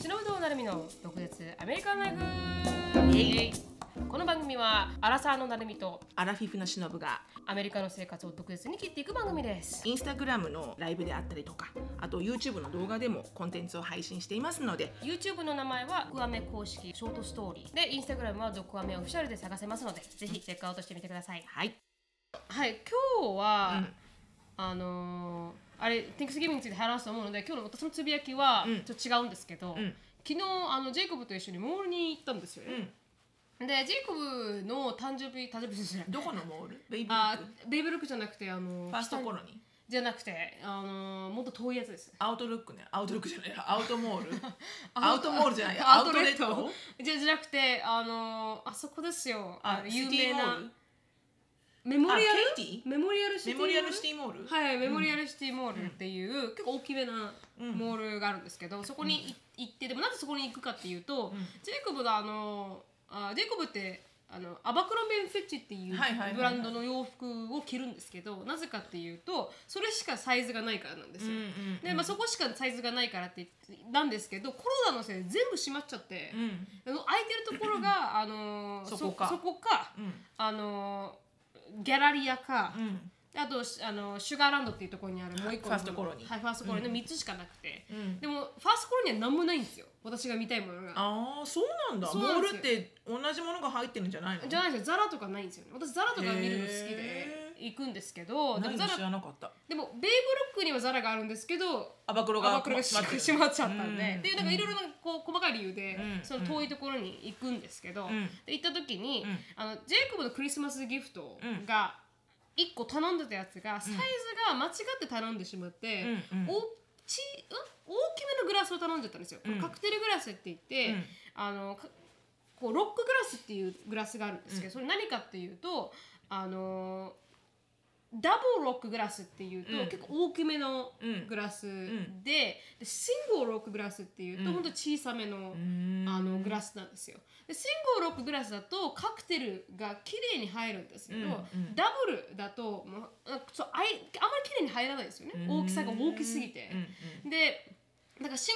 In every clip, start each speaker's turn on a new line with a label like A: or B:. A: 篠本成美の独舌アメリカンライフこの番組はアラサーの成美と
B: アラフィフの忍が
A: アメリカの生活を独舌に切っていく番組です
B: インスタグラムのライブであったりとかあと YouTube の動画でもコンテンツを配信していますので
A: YouTube の名前は「ドクアメ公式ショートストーリー」で Instagram は「ドクアメオフィシャル」で探せますのでぜひチェックアウトしてみてください
B: はい、
A: はい今日は、あのーあれ Thanksgiving について話すと思うので今日の私のつぶやきは
B: うん
A: ちょっと違うんですけど、
B: うん
A: 昨日あのジェイコブと一緒にモールに行ったんですよね、でジェイコブの誕生日誕生日じゃない
B: どこのモールベイブルッ
A: あ
B: ク
A: ベイブルックじゃなくてあの
B: ファーストコロニー
A: じゃなくてあのもっと遠いやつです
B: アウトルックねアウトルックじゃないアウトモー ルアウトモールじゃないアウトレット
A: じゃじゃなくてあのあそこですよあの有
B: シテ
A: 名
B: ィモ
A: なメモ
B: ール
A: リア
B: あケイテ
A: ルメモリアルシテ
B: メ
A: ィ
B: モリアルシティモール、
A: はいメモリアルシティモールっていう、結構大きめな
B: うん
A: モールがあるんですけど、そこにい行ってでもなぜそこに行くかっていうと、
B: うん
A: ジェイコブがあのあジェイコブってあのアバクロンベンフェッチっていう
B: はいはいはいはい
A: ブランドの洋服を着るんですけど、なぜかっていうとそれしかサイズがないからなんですよ。でまあ、そこしかサイズがないからって言ってなんですけどコロナのせいで全部閉まっちゃって、
B: うん
A: あの空いてるところが、あのー
B: そこか
A: そこか
B: うん
A: あのーギャラリアか、
B: うん
A: あとしあのシュガーランドっていうところにあるもう一個の
B: ファーストコロニー
A: はいファーストコロニーの3つしかなくて、
B: うん
A: でもファーストコロニーは何もないんですよ私が見たいものが
B: ああそうなんだ
A: そうなん
B: モ
A: です
B: ール
A: よ
B: って同じものが入ってるんじゃないの
A: じゃないですよザラとかないんですよね私ザラとか見るの好きで
B: へ
A: 行くんですけどでも
B: 何も
A: ザ
B: 知
A: ラ
B: らなかった
A: でもベイブルックにはザラがあるんですけど
B: アバクロ
A: ア
B: が
A: バクロが閉ま閉まっちゃったんで、
B: うん
A: っていうなんかいろいろなんかこう細かい理由で、
B: うん
A: その遠いところに行くんですけど、
B: うん
A: で行った時に、
B: うん
A: あのジェイコブのクリスマスギフト
B: うん
A: が1個頼んでたやつがサイズが間違って頼んでしまって、
B: うんうん
A: おちん大きめのグラスを頼んじゃったんですよ、
B: うん
A: カクテルグラスって言って、
B: うん
A: あのかこうロックグラスっていうグラスがあるんですけど、それ何かっていうとあのダブルロックグラスっていうと、
B: うん
A: 結構大きめの
B: うん
A: グラスで,、
B: ん
A: でシンゴーロックグラスっていうと、
B: うん
A: ほんと小さめの,、
B: うん
A: あのグラスなんですよでシンゴーロックグラスだとカクテルが綺麗に入るんですけど、
B: うんうん
A: ダブルだともうあそうあいあんまり綺麗に入らないですよね、大きさが大きすぎて、
B: うんうん
A: でだからシン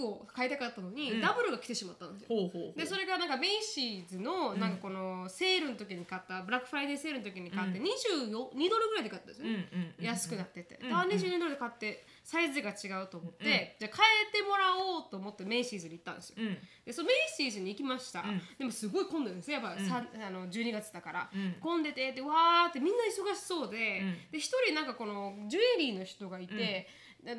A: ゴーロックを買いたかったのに、
B: うん
A: ダブルが来てしまったんですよ
B: ほうほうほう
A: でそれがなんかメイシーズのなんかこのセールの時に買った、ブラックフライデーセールの時に買って
B: う
A: 22ドルぐらいで買ったんですよね、安くなってて、
B: うん
A: あ
B: うん
A: 22ドルで買ってサイズが違うと思って、
B: うん
A: じゃあ変えてもらおうと思ってメイシーズに行ったんですよ、
B: うんうん
A: でそのメイシーズに行きました、
B: うん
A: でもすごい混んでるんですよやっぱ、
B: うん
A: さあの12月だから、
B: うん
A: 混んでてでわーってみんな忙しそうで
B: うん
A: で一人なんかこのジュエリーの人がいて、で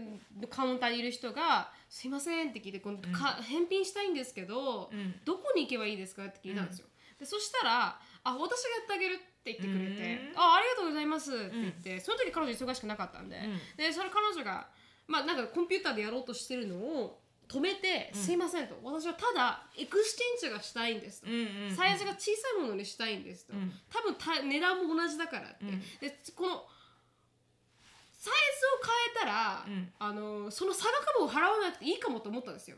A: カウンターにいる人が「すいません」って聞いて「このか返品したいんですけど、
B: うん
A: どこに行けばいいですか?」って聞いたんですよ。でそしたら「あ私がやってあげる」って言ってくれて「
B: うん
A: あありがとうございます」って言って、その時彼女忙しくなかったんで、
B: うん
A: でそれ彼女がまあなんかコンピューターでやろうとしてるのを止めて「
B: うん
A: すいません」と「私はただエクスチェンジがしたいんです」と。
B: うんうん
A: サイズが小さいものにしたいんですと、
B: うん
A: 多分た値段も同じだからって、
B: うん
A: でこのサイズを変えたら、
B: うん
A: あのその差額分を払わなくていいかもと思ったんですよ、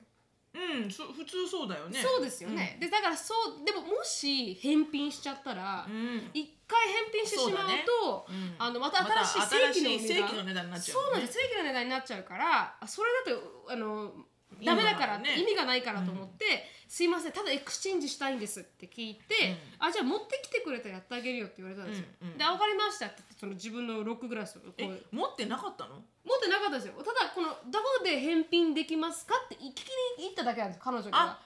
B: うんそ普通そうだよね
A: そうですよね、でだからそうでももし返品しちゃったら
B: うんうん
A: 一、回返品してしまうと
B: そうだねうん
A: あのまた新しい正規の値
B: また新しい正規
A: 段
B: の値段になっちゃう
A: そう
B: よ
A: なん
B: ね
A: です正規の値段になっちゃうからあそれだとあの
B: 意味
A: ダ
B: が
A: メだか
B: な
A: ら
B: いね
A: 意味がないからと思って、すいませんただエクスチェンジしたいんですって聞いて、あじゃあ持ってきてくれたらやってあげるよって言われたんですよ、
B: うんうん
A: であ分かりましたって言ってその自分のロックグラスをこう
B: え持ってなかったの
A: 持ってなかったですよただこのどこで返品できますかって聞きに行っただけなんです彼女が
B: あ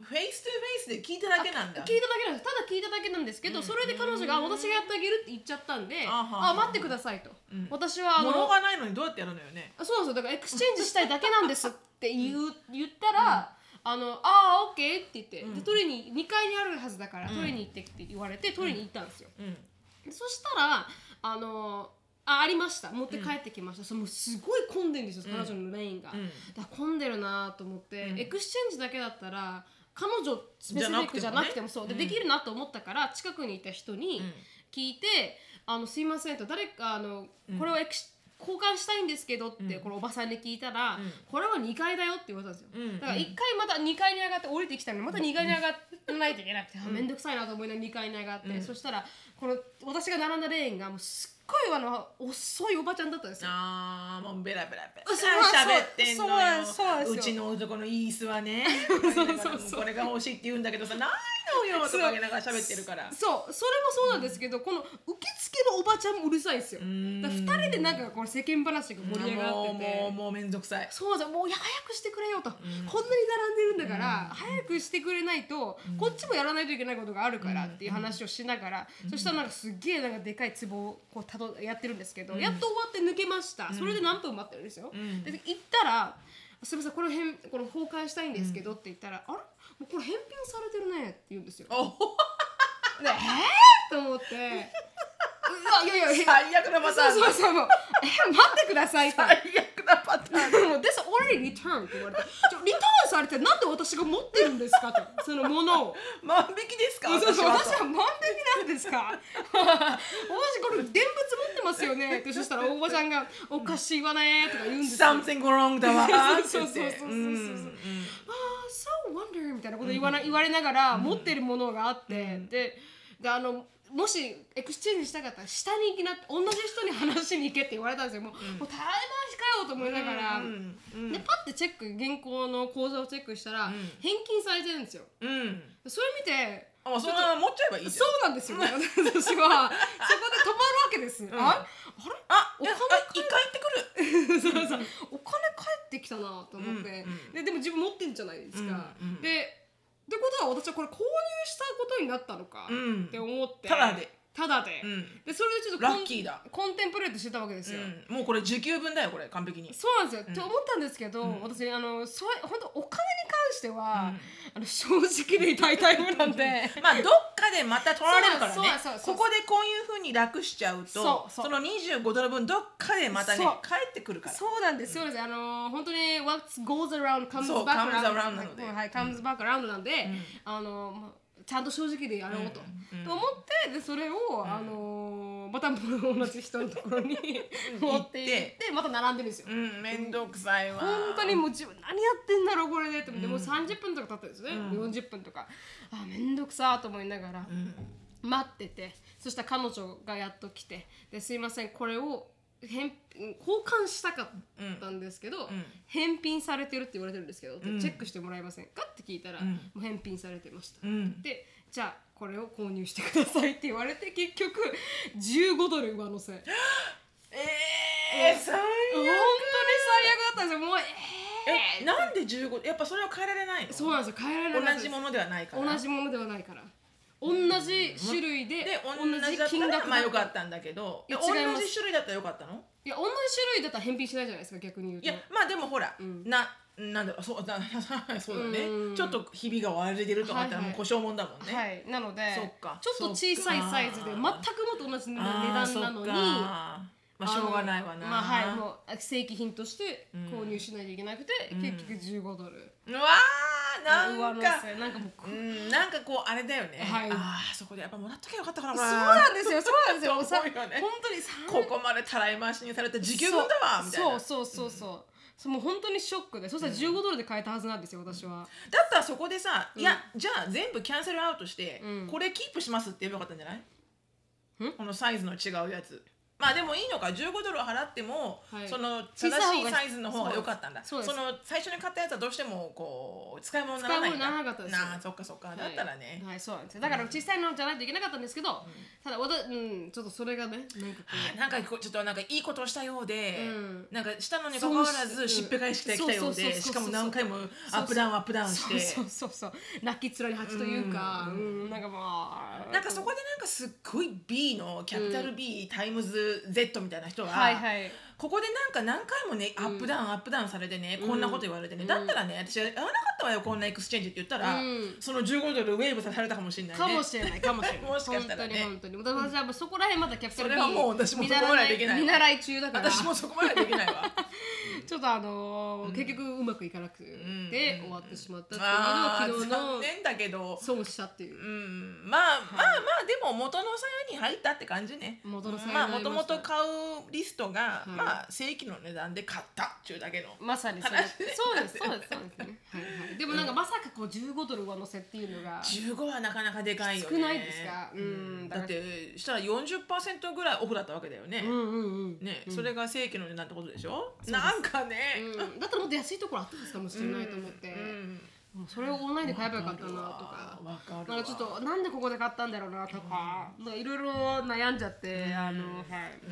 B: フェイストゥフェイスで聞いただけなんだ
A: 聞いただけなんですただ聞いただけなんですけど、
B: うん
A: それで彼女があ私がやってあげるって言っちゃったんで、
B: あ
A: あ
B: はは
A: 待ってくださいと、
B: うん
A: 私はあの
B: 物がないのにどうやってやるのよね
A: そうなんですよだからエクスチェンジしたいだけなんですって言う、言ったら、あのあーオッケーって言って、
B: うん
A: で取りに2階にあるはずだから
B: うん
A: 取りに行ってって言われて取りに行ったんですよ、
B: うん
A: でそしたらあのあありました持って帰ってきました、そのもうすごい混んでるんですよ、
B: うん
A: 彼女のメインが、
B: うん
A: だから混んでるなと思って、
B: うん
A: エクスチェンジだけだったら彼女スペシフィックじ
B: じ
A: ゃ
B: ゃ
A: な
B: な
A: くて
B: くて
A: も
B: もね
A: そう、
B: うん
A: でできるなと思ったから近くにいた人に
B: うん
A: 聞いて「あのすいません」と「誰かあの
B: うん
A: これをエクス交換したいんですけど」って、
B: うん
A: このおばさんに聞いたら、
B: うん
A: これは2階だよ」って言われたんですよ。
B: うん
A: だから1回また2階に上がって降りてきたのにまた2階に上がらないといけなくて面倒くさいなと思いながら2階に上がって、
B: うん
A: そしたらこの私が並んだレーンがもうすっごいあの遅いおばちゃんだったんですよ。
B: あーもうベラベラベラ
A: そう
B: 喋ってんのよ
A: そうそうなんですよ
B: うちの男のいい椅子はね
A: そうそうそう
B: これが欲しいって言うんだけどさないのよとか言いながら喋ってるから
A: そうそれもそうなんですけど、この受付のおばちゃんもうるさいんですよ。
B: う
A: だか
B: ん
A: ら二人でなんかこの世間話が盛り上がってて。
B: もうもうもうめんどくさい
A: そうだもういや早くしてくれよと、
B: ん
A: こんなに並んでるんだから、早くしてくれないと、こっちもやらないといけないことがあるからっていう話をしながら、そしたらなんかすっげえなんかでかい壺をこうたどやってるんですけど、やっと終わって抜けました、それで何分待ってるんですよ、
B: ん
A: で行ったら「すみませんこの辺この崩壊したいんですけど」って言ったら「あれもうこれ返品されてるね」って言うんですよ。
B: お
A: でえー、と思 って「うわいやいやいや
B: 最悪なパター
A: そう
B: ン
A: そうそうもうえ待ってください」と。
B: 最悪なパターン
A: もう This already returned って言われてちょリターンされてなんで私が持ってるんですかとそのものを
B: 万引きですか
A: そうそう
B: は
A: 私は万引きなんですか 私これ現物持ってますよねってそしたらおばちゃんが「おかしいわね」とか言うんですよ
B: Something wrong だわ
A: そうそうそうそうそうそう
B: うんうん
A: ああ、so wonder みたいなこと言わな、言われながら持ってるものがあって、でであのもしエクスチェンジしたかったら下に行きなって同じ人に話しに行けって言われたんですよもう,、もう大変かよと思いながら、
B: うんうん
A: でパッてチェック銀行の口座をチェックしたら、返金されてるんですよ
B: うん
A: それ見て
B: あそんなの持っちゃえばいいじ
A: そ
B: ゃ
A: う
B: ん
A: なんですよ、ね、私はそこで止まるわけです、ああ れ
B: あ
A: お金
B: あ一回行ってくる
A: そうそうお金返ってきたなと思って、
B: うんうん
A: ででも自分持ってんじゃないですか、
B: うんうん
A: でってことは私はこれ購入したことになったのか
B: うん
A: って思って、
B: ただで
A: ただで,、
B: うん
A: でそれでちょっとコン
B: ラッキーだ
A: コンテンプレートしてたわけですよ、
B: うんもうこれ受給分だよこれ完璧に
A: そうなんですよ、って思ったんですけど、私あのそう本当お金に関しては、あの正直でいたいタイプなんで
B: まあどっかでまた取られるから
A: そう
B: ね
A: なんそうなんそう
B: ここでこういうふうに楽しちゃうと
A: そうそう
B: の25ドル分どっかでまたね
A: そう
B: 返ってくるから
A: そうなんですよ、そうなんですあの本当に what goes around comes
B: そう
A: back
B: comes around なので
A: はい、comes back around なんで、あのまちゃんと正直でやろうと,、と思ってでそれを、あのまた同じ人のところに持って行ってまた並んでるんですよ。
B: うん面倒くさいわ
A: 本当にもう自分何やってんだろうこれでって思って、もう30分とか経ったんですね、40分とかあめんどくさーと思いながら待ってて、そしたら彼女がやっと来て「ですいませんこれを返品交換したかったんですけど、返品されてるって言われてるんですけど、でチェックしてもらえませんか?」って聞いたら、もう返品されてました。
B: うん
A: でじゃあこれを購入してくださいって言われて結局15ドル上乗せ。
B: えー最
A: 本当に最悪だった
B: 悪
A: んですよもうえー
B: えなんで15やっぱそれは変えられないの
A: そうなんですよ変えられな
B: 同
A: かったです
B: じものではないから
A: 同じものではないから同じ種類で,、
B: で同じだったらまあよかったんだけど
A: い
B: え
A: や
B: 同じ
A: 違います
B: 種類だったらよかったの
A: いや同じ種類だったら返品しないじゃないですか逆に言う
B: い
A: と
B: やまあでもほら、ななんだろう そうだそうだね、
A: うん
B: ちょっとひびが割れてるとかあったら
A: はいはい
B: もう故障もんだもんね、
A: はいなので
B: そっか
A: ちょっと小さいサイズで
B: そ
A: 全
B: っ
A: く
B: か
A: もっと同じ値
B: あー
A: 段なのに
B: そっかまあしょうがない
A: あ
B: わな
A: のまあはいもう正規品として購入しないといけなくて、結局15ドル
B: うわーなん
A: 上乗
B: か
A: せなんかもうこ
B: うんなんかこうあれだよね、
A: はい
B: ああそこでやっぱもらっときゃよかったかなこ
A: そう
B: れ
A: なんですよそうなん ですよ
B: そう思うよね
A: さ本当にさ
B: ここまでたらい回しにされた時給分だわみたいなだっ
A: そうそうそうそう、そうもう本当にショックでそしたら15ドルで買えたはずなんですよ私は、
B: たらそこでさ、いやじゃあ全部キャンセルアウトして、
A: うん
B: これキープしますって言えばよかったんじゃない
A: ん
B: このサイズの違うやつまあでもいいのか15ドルを払っても、
A: はい
B: その
A: 小
B: 正
A: さい方
B: し
A: が
B: いサイズの方が良かったんだ
A: そう
B: そ
A: ですそう
B: の最初に買ったやつはどうしてもこう使い物にならないんだ
A: 使い物にならなかったですよ
B: なあそっかそっか、だったらね、
A: はい、はい、そうなんですよだから小さいのじゃないといけなかったんですけど、ただわたうんちょっとそれがねなんかこう
B: なんかこうちょっとなんかいいことをしたようで、
A: うん
B: なんかしたのにかかわら
A: そう
B: ずしっぺ返してきたよう
A: そうそうそう
B: で
A: そう
B: しかも何回もアップダウンアップダウンして
A: そうそうそうそう泣き面に蜂というか、うんなんかまあ
B: なんかそこでなんかすっごい B のキャピタル B、タイムズ Z みたいな人は、
A: はいはい
B: ここでなんか何回もねアップダウン、アップダウンされてねこんなこと言われてね、だったらね私は合わなかったわよこんなエクスチェンジって言ったら、
A: うん
B: その15ドルウェーブされたかもしれないね
A: かもしれないかもしれない
B: もしかしたらね
A: 本当に本当に私はもうそこら辺まだキャピタル
B: それはもう私もそこまではできない
A: 見習い中だから
B: 私もそこまでできないわ
A: ちょっとあのー結局うまくいかなくて
B: ん
A: 終わってしまったって
B: あ
A: いうの
B: ー
A: を
B: 残
A: 昨日
B: 念だけど、
A: の、損したっていううん
B: まあまあまあでも元のさやに入ったって感じね
A: 元のさやに
B: まあ
A: 入
B: も
A: り
B: と
A: ま
B: も
A: した
B: と買うリストが、
A: い
B: まあ正規の値段で買ったっていうだけの、
A: まさにそれ
B: 話
A: そうですそう ですそうですね、はいはい、でもなんかまさかこう15ドル上乗せっていうのが
B: 15はなかなかでかいよね
A: 少ないですかうんだ
B: だ
A: か
B: っ
A: ら
B: てしたら40%ぐらいオフだったわけだよね、
A: うんうんうん
B: ね、それが正規の値段ってことでしょなんかね、
A: うん、だったらもっと安いところあったんですかもしれないと思って、
B: うん
A: もうそれをオンラインで買えばよかったなとか
B: わかる
A: な
B: わ
A: んかちょっとなんでここで買ったんだろうなとかなんかいろいろ悩んじゃって、あのはい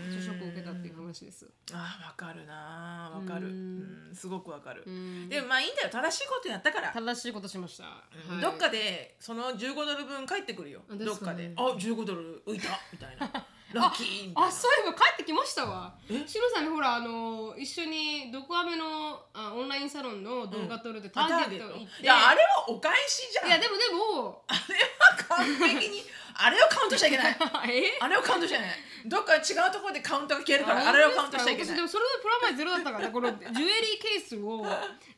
A: 著職を受けたっていう話です、
B: あーわかるなわかる、うんすごくわかる、
A: ん
B: でもまあいいんだよ正しいことやったから、
A: 正しいことしました、はい
B: どっかでその15ドル分返ってくるよ、
A: あで
B: どっ
A: すか
B: か
A: ね
B: であ15ドル浮いたみ たいなラッキーみたいな
A: あそういえば帰ってきましたわしのさんねほらあの一緒に「ドクアメのあオンラインサロンの動画撮るでタ
B: あ
A: ーゲット行って、
B: いやあれはお返しじゃん
A: いやでもで も
B: あれは完璧にあれをカウントしちゃいけない
A: え
B: あれをカウントしちゃいけないどっか違うところでカウントが消えるからあれをカウントしちゃいけない
A: 私でもそれでプラマイゼロだったからねこのジュエリーケース を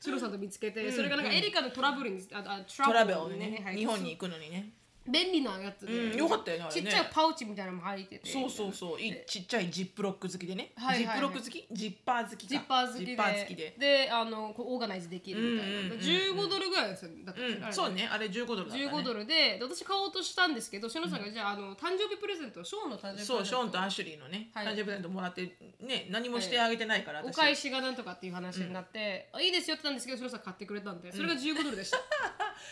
A: シロさんと見つけてそれがなんかエリカのトラブルにああト
B: ト
A: ラ
B: ラ
A: ブ
B: ベ
A: ル
B: ル
A: に
B: ね
A: はい
B: 日本に行くのにね
A: 便利なやつで、
B: うんよかったよねあれ
A: ち
B: ね
A: っちゃいパウチみたいなのも入ってて
B: そうそうそういちっちゃいジップロック好きでね、
A: はいはいはい
B: ジップロック好きジッパー好きか
A: ジッパー好き
B: ジ
A: で
B: ッパー好きで
A: であのこうオーガナイズできるみたいな、
B: うんうんうんうん
A: 15ドルぐらいですよだったんですよあ
B: う
A: れ
B: ん、そうねあれ15ドルだった、ね、
A: 15ドルでで私買おうとしたんですけどしのさんが、じゃああの誕生日プレゼントショーンの誕生日プレゼント
B: そうショーンとアシュリーのね、
A: はい
B: 誕生日プレゼントもらってね何もしてあげてないから、
A: お返しがなんとかっていう話になって、あいいですよって言ったんですけどしのさん買ってくれたんでそれが15ドルで した、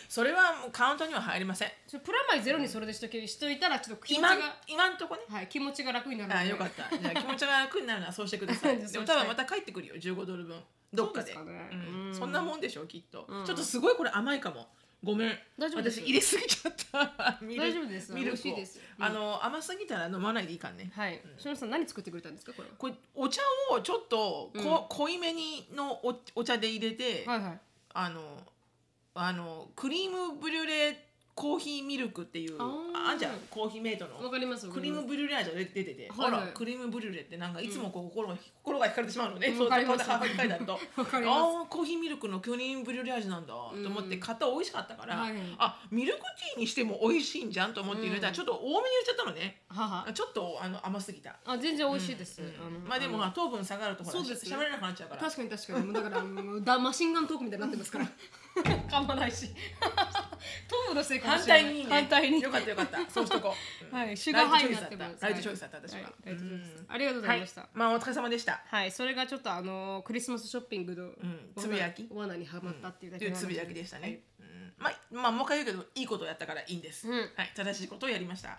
B: それはもうカウントには入りません
A: ちょプラマイゼロにそれでしときしといたらちょっと気持ち
B: 今
A: が
B: ん、今んとこね
A: はい、気持ちが楽になるの
B: あ
A: で
B: よかったじゃあ気持ちが楽になるのはそうしてください
A: そうしたい
B: でも多分また帰ってくるよ15ドル分どっかで
A: そうですかね
B: うん
A: うん
B: そんなもんでしょうきっと、
A: うん
B: ちょっとすごいこれ甘いかもごめん
A: 大丈夫です
B: 私入れすぎちゃったミルク
A: 大丈夫です
B: ミルク
A: 美
B: を
A: 味しいですうん
B: あの甘すぎたら飲まないでいいからね
A: はいしのさん何作ってくれたんですかこれは
B: これお茶をちょっとこ、濃いめにのおお茶で入れて、
A: はいはい
B: あのあのクリームブリュレコーヒーミルクっていう
A: あ
B: あ
A: ー
B: んじゃんコーヒーメイトの
A: わかりますわか
B: ク
A: り
B: リー
A: ます
B: ムブリュレ味が出てて、
A: はいはい
B: あらクリームブリュレってなんかいつもこう心が、心が惹かれてしまうのね、
A: うん
B: そう
A: わかりま
B: こん
A: す
B: な母書いてあると
A: わかります
B: ああコーヒーミルクのクリームブリュレ味なんだと思って買ったら美味しかったから、
A: はい
B: あミルクティーにしても美味しいんじゃんと思って入れたらちょっと多めに入れちゃったのね、
A: はは
B: あちょっとあの甘すぎた。
A: あ全然美味しいです、あの
B: まあでもまあ糖分下がるとほら
A: そうですね
B: 喋れなくなっちゃうから
A: 確かに確かにもうだからもうだマシンガントークみたいになってますから 噛まないしトムのせいかも
B: 反
A: しれない
B: 対に、ね、
A: 反対に
B: よかったよかったそうしとこ う、
A: はいシュガーハイになってます
B: ライトチョイスだったライトチョイスだった私は、
A: はいライトチョイスありがとうございました
B: はい、まあお疲れ様でした
A: はい、それがちょっとあのクリスマスショッピングの、
B: んつぶやき
A: 罠にはまったっていうだ
B: と
A: け
B: い
A: の
B: う
A: 話
B: つぶやきでしたね、うんまあまあもう一回言うけどいいことをやったからいいんです、
A: うん
B: はい正しいことをやりました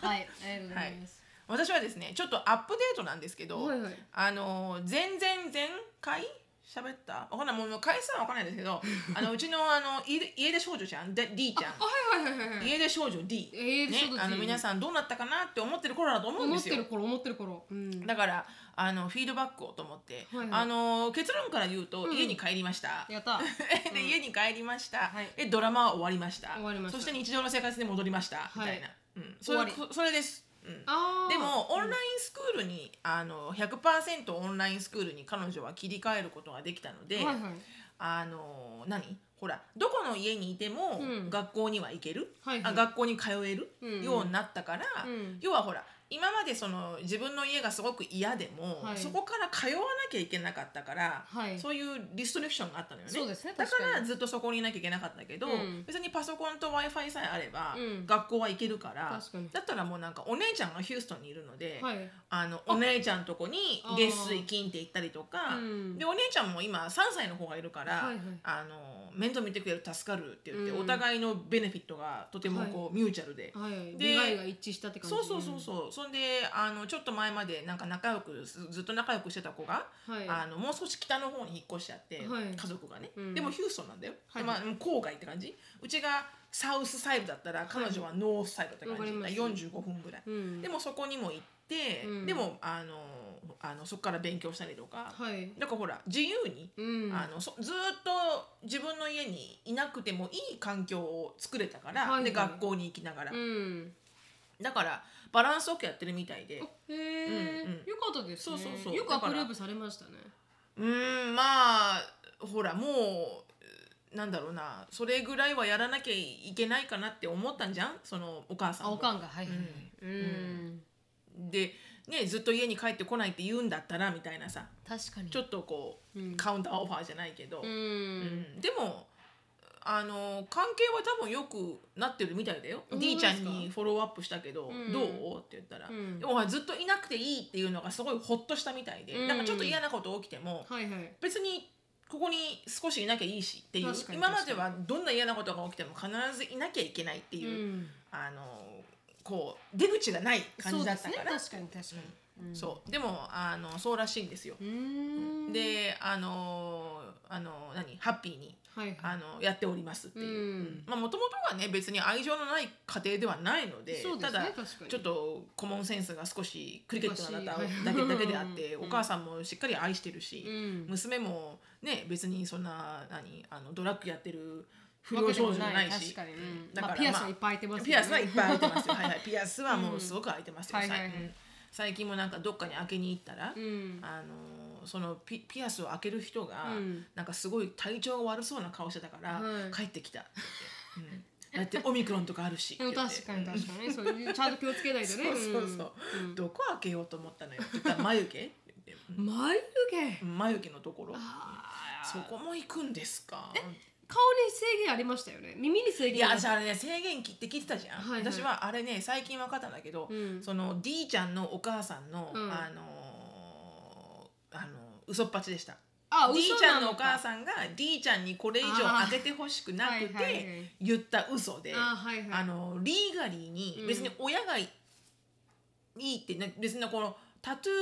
A: はい、ありがとうございます、
B: 私はですねちょっとアップデートなんですけど、
A: はいはい
B: あのー前々前回喋ったわかんないもう回数はわかんないです けどあのうちのあの家で家出少女ちゃんで D ちゃん
A: あはいはいはいはい
B: 家出少女 D,
A: 家出少女 D
B: ね、あの皆さんどうなったかなって思ってる頃だと思うん
A: 思
B: で
A: っ
B: す
A: て
B: よ
A: る頃思ってる頃、うん、
B: だからあのフィードバックをと思って、
A: はいはい
B: あの結論から言うと、家に帰りました。
A: やった
B: で家に帰りました、
A: はい
B: でドラマは終わりました
A: 終わりました
B: そして日常の生活に戻りまし
A: い
B: た、みたいな、うん、そ
A: 終わり
B: れそそれです、うん、
A: あー
B: でもオンラインスクールにあの100%オンラインスクールに彼女は切り替えることができたので、
A: はいはい
B: あの何ほらどこの家にいても、
A: うん
B: 学校には行ける、
A: はいはい
B: あ学校に通える、
A: うんうん
B: ようになったから、
A: うん
B: 要はほら今までその自分の家がすごく嫌でも、
A: はい
B: そこから通わなきゃいけなかったから、
A: はい
B: そういうリストレクションがあったのよね
A: そうですね
B: だか
A: 確からに
B: ずっとそこにいなきゃいけなかったけど、
A: うん
B: 別にパソコンと w i f i さえあれば、
A: うん
B: 学校は行けるから
A: 確かに
B: だったらもうなんかお姉ちゃんがヒューストンにいるので、
A: はい
B: あのお姉ちゃんとこに
A: あー
B: 月水金って行ったりとか、
A: うん
B: でお姉ちゃんも今3歳の子がいるから、
A: はいはい
B: あの面倒見てくれる助かるって言って、
A: うん
B: お互いのベネフィットがとてもこう、ミューチャルで。
A: はい
B: で
A: 利害が一致したって感じ
B: そうそうそうそうそんであのちょっと前までなんか仲良くずずっと仲良くしてた子が、
A: はい
B: あのもう少し北の方に引っ越しちゃって、
A: はい
B: 家族がね、
A: うん
B: でもヒューストンなんだよ、
A: はい
B: まあ、もう郊外って感じうちがサウスサイドだったら彼女はノースサイドって感じ、
A: わかります
B: 45分ぐらい、
A: うん
B: でもそこにも行って、
A: うん
B: でもあのあのそこから勉強したりとか、
A: はい
B: なんかほら自由に、
A: うん
B: あのそずーっと自分の家にいなくてもいい環境を作れたから、
A: はいはい
B: で学校に行きながら、
A: うん
B: だからバランスよくやってるみたいで
A: あ。へえ、
B: うんうん
A: よかったですね
B: そうそうそう
A: よく
B: だ
A: ア
B: から
A: ップルーブされましたね
B: うーんまあほらもうなんだろうなそれぐらいはやらなきゃいけないかなって思ったんじゃんそのお母さん
A: あ
B: も
A: おかんがはいはいはいうん、
B: で、ね、ずっと家に帰ってこないって言うんだったらみたいなさ
A: 確かに
B: ちょっとこう、
A: うん
B: カウンターオファーじゃないけ
A: う
B: ど、うんんでもあの関係は多分よくなってるみたいだよ
A: 本当です
B: D
A: か
B: ちゃんにフォローアップしたけど、
A: うん
B: どうって言ったら、
A: うん
B: でもほらずっといなくていいっていうのがすごいホッとしたみたいで、
A: うん
B: なんかちょっと嫌なこと起きても、
A: はいはい
B: 別にここに少しいなきゃいいしっていう
A: 確かに
B: 今まではどんな嫌なことが起きても必ずいなきゃいけないって
A: う
B: いう、
A: ん
B: あのこう出口がない感じだったから
A: そうですね確かに確かに、うん、
B: そうでもあのそうらしいんですよ。
A: うーん
B: であのあの何ハッピーに
A: はいはい
B: あのやっておりますっていう。
A: うん
B: まあもともとはね別に愛情のない家庭ではないので
A: そうで
B: た
A: すね
B: だ
A: 確かに
B: ちょっとコモンセンスが少しクリケットのあなた
A: おかしい
B: だけだけであっ て、
A: うん
B: お母さんもしっかり愛してるし、
A: うん
B: 娘もね別にそんな何あのドラッグやってる不良少女じゃないし
A: 確かに、うん
B: だから、
A: まあ、ピアスはいっぱい開いてます
B: ピアスはい
A: い
B: っぱい開いてますよは いはいピアスはもうすごく開いてますよ、
A: うんはいはいはい
B: さいうん最近もなんかどっかに開けに行ったら、
A: うん
B: あのそのピピアスを開ける人が、
A: うん
B: なんかすごい体調が悪そうな顔してたから、
A: はい
B: 帰ってきたって言って、うん、だってオミクロンとかあるしって
A: でも
B: 言って
A: 確かに確かにそういうちゃんと気をつけないとね
B: そうそうそう、
A: ん
B: どこ開けようと思ったのよって言ったら眉毛って言って
A: うん眉毛
B: 眉毛のところ
A: あー
B: そこも行くんですか
A: 顔に制限ありましたよね耳に制限
B: いや
A: あ
B: じゃああれね制限切って聞いてたじゃん、
A: はいはい
B: 私はあれね最近分かったんだけど、
A: うん
B: その D ちゃんのお母さんの、
A: うん
B: あのーあの嘘っぱちでした
A: あ
B: D ちゃんのお母
A: ん
B: さんが D ちゃんにこれ以上
A: あー
B: 当ててほしくなく
A: はいはいは
B: て
A: い
B: 言った嘘で、
A: あはいはい
B: あのリーガリーに
A: うん
B: 別に親がいいってね別にこのタトゥー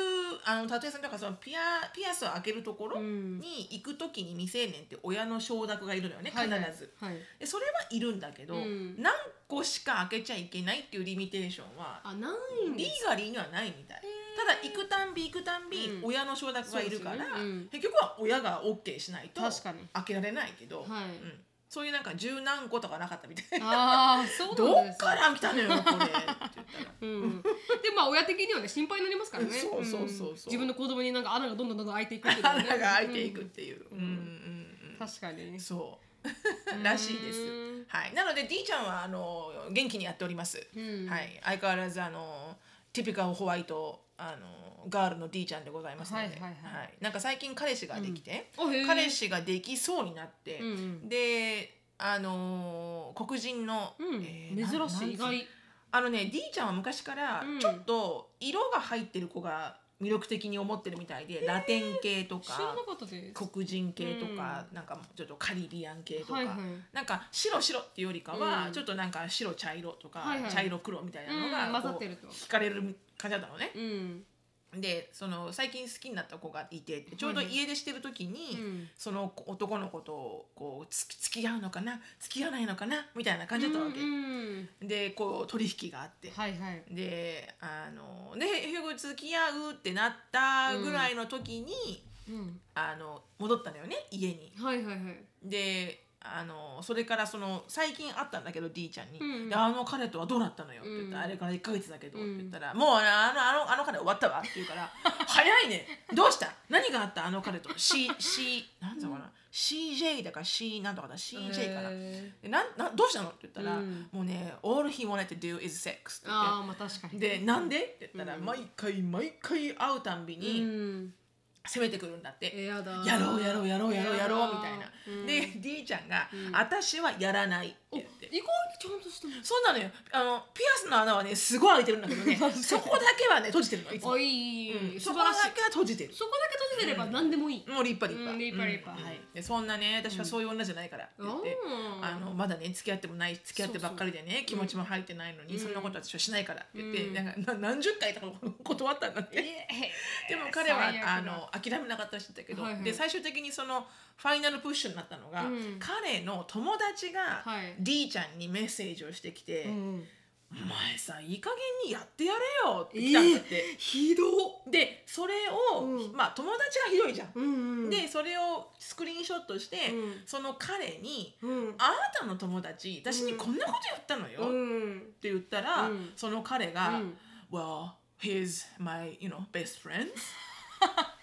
B: あのタトゥー屋さんとかそのピアピアスを開けるところ
A: うん
B: に行く時に未成年って親の承諾がいるのよね必
A: はい
B: ず、
A: はいはい
B: でそれはいるんだけど、
A: うん
B: 何個しか開けちゃいけないっていうリミテーションは
A: あないん
B: リ
A: で
B: ー
A: す
B: ガリーにはないみたいただ行くたんび行くたんび
A: うん
B: 親の承諾がいるから、
A: そうですよねうん
B: 結局は親が OK しないと
A: 確かに
B: 開けられないけど、
A: はい
B: うん、そういうなんか十何個とかなかったみたいな
A: ああそう
B: ど
A: なんで
B: っ
A: す
B: から見たのよこれって言ったら
A: うん、でまあ親的にはね心配になりますからね
B: そうそうそうそうん
A: 自分の子供になんか穴がどんどんどんどん開いていくっていうのはね
B: 穴が開いていくっていう、うんんうんうん
A: 確かに
B: うん、そうらしいです
A: うん
B: はいなので D ちゃんはあの元気にやっております、
A: うん
B: はい相変わらずあのティピカルホワイトあのガールの D ちゃんでございますので、
A: はいはいはい
B: なんか最近彼氏ができて、
A: うんおへー
B: 彼氏ができそうになって、
A: うんうん
B: であのー黒人の、
A: うん
B: えーな
A: 珍しい意
B: なん
A: 外
B: あのね D ちゃんは昔から
A: うん
B: ちょっと色が入ってる子が魅力的に思ってるみたいで、ラテン系と
A: 知ら
B: か
A: なかったです
B: 黒人系とか、なんかちょっとカリビアン系とか、
A: はいはい
B: なんか白白っていうよりかは、
A: うん
B: ちょっとなんか白茶色とか、
A: はいはい
B: 茶色黒みたいなの
A: うん
B: が、
A: 混ざ
B: こ
A: っ
B: う
A: てると
B: 惹かれる感じだったのね。
A: うん
B: でその最近好きになった子がいてちょうど家出してる時に、
A: うん
B: その男の子とこうつき付き合うのかな付き合わないのかなみたいな感じだったわけ、
A: うんうん
B: でこう取引があって、
A: はいはい
B: であので結局付き合うってなったぐらいの時に、
A: うん
B: あの戻ったんだよね家に。
A: はいはいはい
B: であのそれからその最近会ったんだけど D ちゃんに、
A: うん
B: であの彼とはどうなったのよ?」って言ったら、
A: うん
B: あれから1ヶ月だけど」っ
A: う
B: て
A: ん
B: 言ったら「もうあのあのあの彼終わったわ」って言 うから「早いねどうした何があったあの彼と C, C なんだろうかな、CJ だから C なんとかだ CJ かな」
A: へ
B: でなんなんどうしたの?」って言ったら「
A: うん
B: もうね all he wanted to do is sex」っ
A: ー
B: て言って
A: ああまあ確かに
B: で「なんで?」って言ったら、
A: うん
B: 毎回毎回会うたんび
A: う
B: に
A: ん
B: 攻めてくるんだって、
A: えやだ
B: やろうやろうやろうやろうやろうみたいな、
A: うん
B: で D ちゃんが、
A: うん
B: 私はやらない」って
A: お
B: 言
A: 意
B: っ
A: 外にちゃ
B: て
A: んとしてます
B: そうなのよあのピアスの穴はねすごい開いてるんだけど ねそこだけはね閉じてるのいつも、
A: おい、
B: うん
A: 素
B: そ
A: 晴
B: こだ
A: らしい
B: けは閉じてる
A: そこだけ閉じてれば何でもいい、
B: もう立派立派、
A: うん立派立派
B: うん
A: はい
B: でそんなね私はそういう女じゃないからって言って、
A: うん
B: あのまだね付き合ってもない付き合ってばっかりでね気持ちも入ってないのに、
A: うん
B: そんなことは私はしないからって言って、
A: うん
B: なんかな何十回とか断ったんだって、でも彼はあの諦めなかったらしいんだけど、
A: はいはい
B: で最終的にそのファイナルプッシュになったのが、
A: うん
B: 彼の友達が
A: はい
B: D ちゃんにメッセージをしてきて「
A: うん、
B: お前さいい加減にやってやれよ」って来たんだって。
A: ひど
B: でそれを、
A: うん
B: まあ友達がひどいじゃん。
A: うんうん、
B: でそれをスクリーンショットして、
A: うん
B: その彼に
A: うん
B: 「あなたの友達私にこんなこと言ったのよ」
A: う
B: って
A: ん
B: 言ったら、
A: うん
B: その彼が「
A: うん
B: Well he's my you know best friend」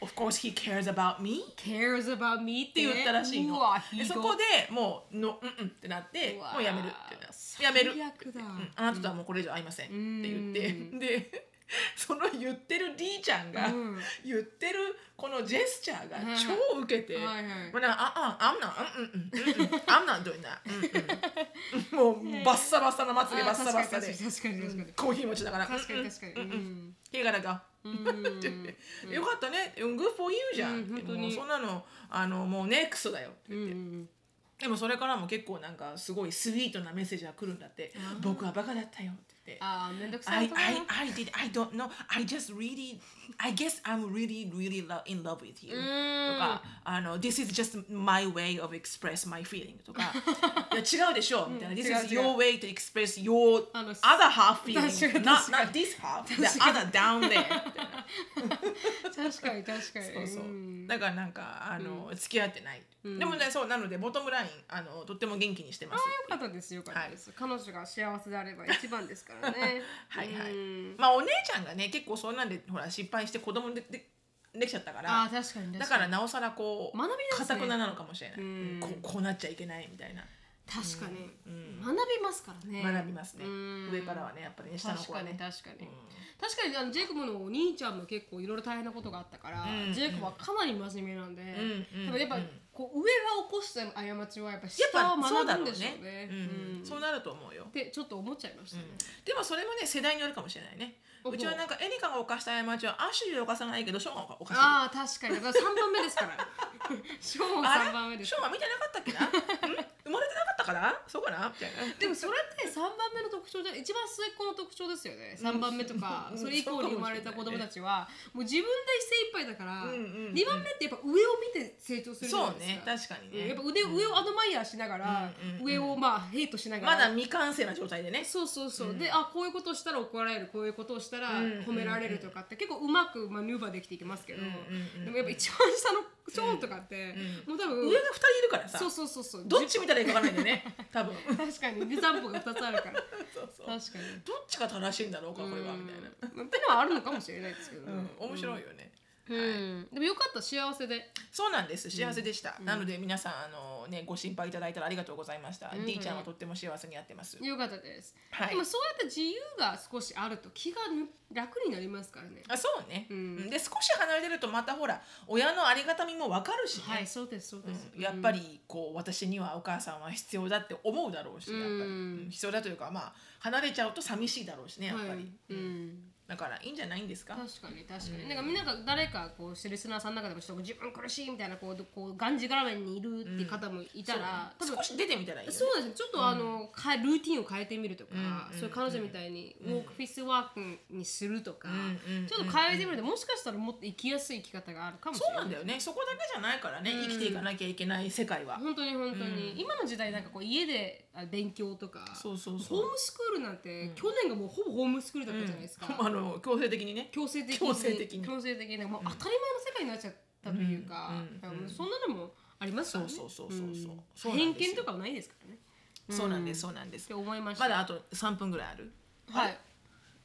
B: Of course he cares about me
A: cares about me っ
B: って
A: て
B: 言ったらしいうの
A: わひど
B: で
A: い
B: そこでもうのうんうんってなって
A: うわ
B: もうやめるってなやめる
A: 最悪だ
B: うんあなたとはもうこれ以上会いませんって言って、
A: うん
B: で その言ってる D ちゃんが、
A: うん
B: 言ってるこのジェスチャーが
A: はい
B: 超ウケて、
A: はいはい
B: もうなんかああ、I'm not, うんうんうんうん I'm not doing that うん うん、もうバッサバッサなまつげ
A: あ
B: バッサバッサで
A: 確かに確かに確かに
B: コーヒー持ちながら
A: 確かに確か
B: うん
A: に
B: うん
A: うん
B: 手柄が。
A: うん
B: って言ってよかったね、うん、good for you じゃん、
A: うん本当に
B: もうそんなのあのもうネクストだよって
A: う
B: 言って、
A: ん
B: でもそれからも結構なんかすごいスイートなメッセージが来るんだって僕はバカだったよって言って
A: あーめんどくさ
B: I,
A: いと
B: I, I did I don't know I just really I guess I'm really really lo- in love with you とかあの This is just my way of express my feeling とかいや違うでしょみたいな This
A: 違う
B: is
A: 違う
B: your way to express your
A: あの
B: other half feeling
A: 確かに確
B: not,
A: か
B: not this half the other down there み たいな
A: 確かに確かに
B: そうそう
A: うん
B: だからなんかあの、付き合ってない、でもねそうなのでボトムラインあのとっても元気にしてます
A: あよかったですよかったです、彼女が幸せであれば一番ですからね
B: はいはい
A: うん
B: まあお姉ちゃんがね結構そんなんでほら失敗して子供ででできちゃったから
A: あー確かに確かに
B: だからなおさらこう
A: 学びですね
B: かたくななのかもしれない、
A: うん
B: こうこうなっちゃいけないみたいな
A: 確かに、
B: うん
A: 学びますからね
B: 学びますね、
A: うん
B: 上からはねやっぱりね下の
A: 確
B: 子
A: か
B: は
A: に
B: ね
A: 確かに、確かにあのジェイクものお兄ちゃんも結構いろいろ大変なことがあったから、
B: うん
A: ジェイクはかなり真面目なんで、
B: うんうん
A: 多分やっぱ、
B: うん
A: こう上が起こした過ちはやっぱ
B: やっ
A: 下
B: ぱ
A: を
B: そうだ
A: 学ぶで
B: ろうんね
A: しょうね。
B: うん
A: うん
B: そうなると思うよ
A: ってちょっと思っちゃいましたね。
B: でもそれもね世代によるかもしれないね
A: おほ
B: うちはなんかエリカが犯した過ちはアシュリーは犯さないけどショーンは犯してる
A: ああ確かにだから3番目ですから ショーン
B: あ
A: 3
B: れ
A: 番目です
B: ショーマ見てなかったっ けなん生まれてなかったからそうかなみたいな
A: でもそれって3番目の特徴じゃ一番末っ子の特徴ですよね3番目とか
B: うん
A: それ以降に生まれた子供たちはもう自分で精一杯だから
B: うんうんうん
A: 2番目ってやっぱ上を見て成長するじゃない
B: そう
A: です
B: ね
A: か
B: 確かにね
A: やっぱ腕を上をアドマイヤーしながら、
B: うんうんうん
A: 上をまあヘイトしながら
B: まだ未完成な状態でね
A: そうそうそう、であこういうことをしたら怒られるこういうことをしたら
B: うん
A: 褒められるとかって結構うまくマヌーバーできていきますけど、
B: うんうんうん
A: でもやっぱ一番下のショーンとかって、もう多分
B: 上が2人いるからさ
A: そうそうそうそう
B: どっち見たらいいかわかんないんだよね多分
A: 確かに湯たんぽが2つあるから
B: そうそ う
A: 確かに。
B: どっちが正しいんだろうかこれはみたいな
A: うんってのはあるのかもしれないですけどね、
B: うん面白いよね
A: うんでもよかった幸せで
B: そうなんです幸せでしたなので皆さんあのねご心配いただいたらありがとうございました D ちゃんはとっても幸せにやってます
A: よかったです、
B: はい
A: でもそうやって自由が少しあると気がぬ楽になりますからね
B: あそうね
A: ん
B: で少し離れてるとまたほら親のありがたみもわかるしね
A: はいそうですそうです、
B: やっぱりこう私にはお母さんは必要だって思うだろうしやっぱり、
A: うん
B: うん必要だというかまあ離れちゃうと寂しいだろうしねやっぱり、
A: はいうん
B: だからいいんじゃないんですか
A: 確かに確かに、なんかみんなが誰かこうリスナーさんの中でもちょっと自分苦しいみたいなこうどこうがんじがらめにいるって方もいたら、多分
B: 少し出てみたらいいよ、ね、
A: そうですねちょっとあの、かルーティンを変えてみるとか、そういう彼女みたいにウォークフィスワークにするとか、
B: うん
A: ちょっと変えてみるともしかしたらもっと生きやすい生き方があるかもし
B: そう
A: れない
B: なんだよねそこだけじゃないからね、生きていかなきゃいけない世界は、
A: 本当に本当に、今の時代なんかこう家であ勉強とか
B: そうそう
A: ホー
B: そう
A: ムスクールなんて、去年がもうほぼホームスクールだったじゃないですか、
B: あの強制的にね
A: 強制的に
B: 強制的に
A: 強制的にもう当たり前の世界になっちゃったというか、うんそんなのもありますからね
B: そうそうそうそうそうそうな
A: 偏
B: んですよ
A: 見とかはないですからね
B: そうなんですそうなんです
A: って思いました
B: まだあと3分ぐらいある
A: はい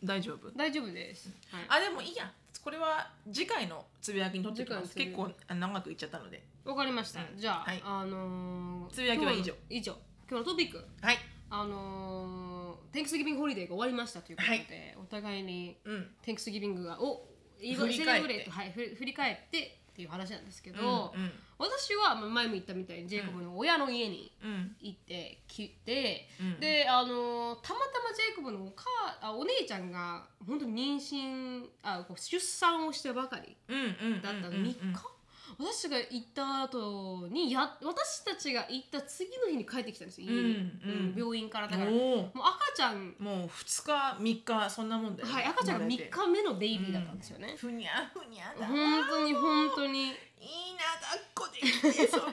B: 大丈夫
A: 大丈夫です、はい、
B: あでもいいやこれは次回のつぶやきにとっておきます
A: 次
B: 結
A: 回の
B: 構あ長くいっちゃったので
A: わかりました、じゃあ、
B: はい
A: あのー
B: つぶやきは以上
A: 今日の以上今日のトピック
B: はい
A: あのー、Thanksgiving Holiday が終わりましたということで、
B: はい
A: お互いに
B: うん
A: Thanksgiving がを英語
B: 振
A: で
B: り
A: セレ
B: 返って
A: ブレートはいふ振り返ってっていう話なんですけど、
B: うんうん
A: 私はまあ前も言ったみたいにジェイコブの親の家に
B: うん
A: 行ってきて、
B: うん
A: であのたまたまジェイコブのお母あお姉ちゃんが本当に妊娠あこう出産をしたばかり
B: うんうんうん
A: だったの、
B: うんうん
A: 3日私が行った後にや私たちが行った次の日に帰ってきたんですよ、家に
B: うんうん
A: うん病院からだからもう
B: おー
A: 赤ちゃん
B: もう2日3日そんなもんだよね、
A: はい赤ちゃんが3
B: 生まれ
A: 日
B: て
A: 目のベイビーだったんですよね、
B: ふにゃふにゃだ
A: 本当に本当に
B: いいな抱っこできてそ れ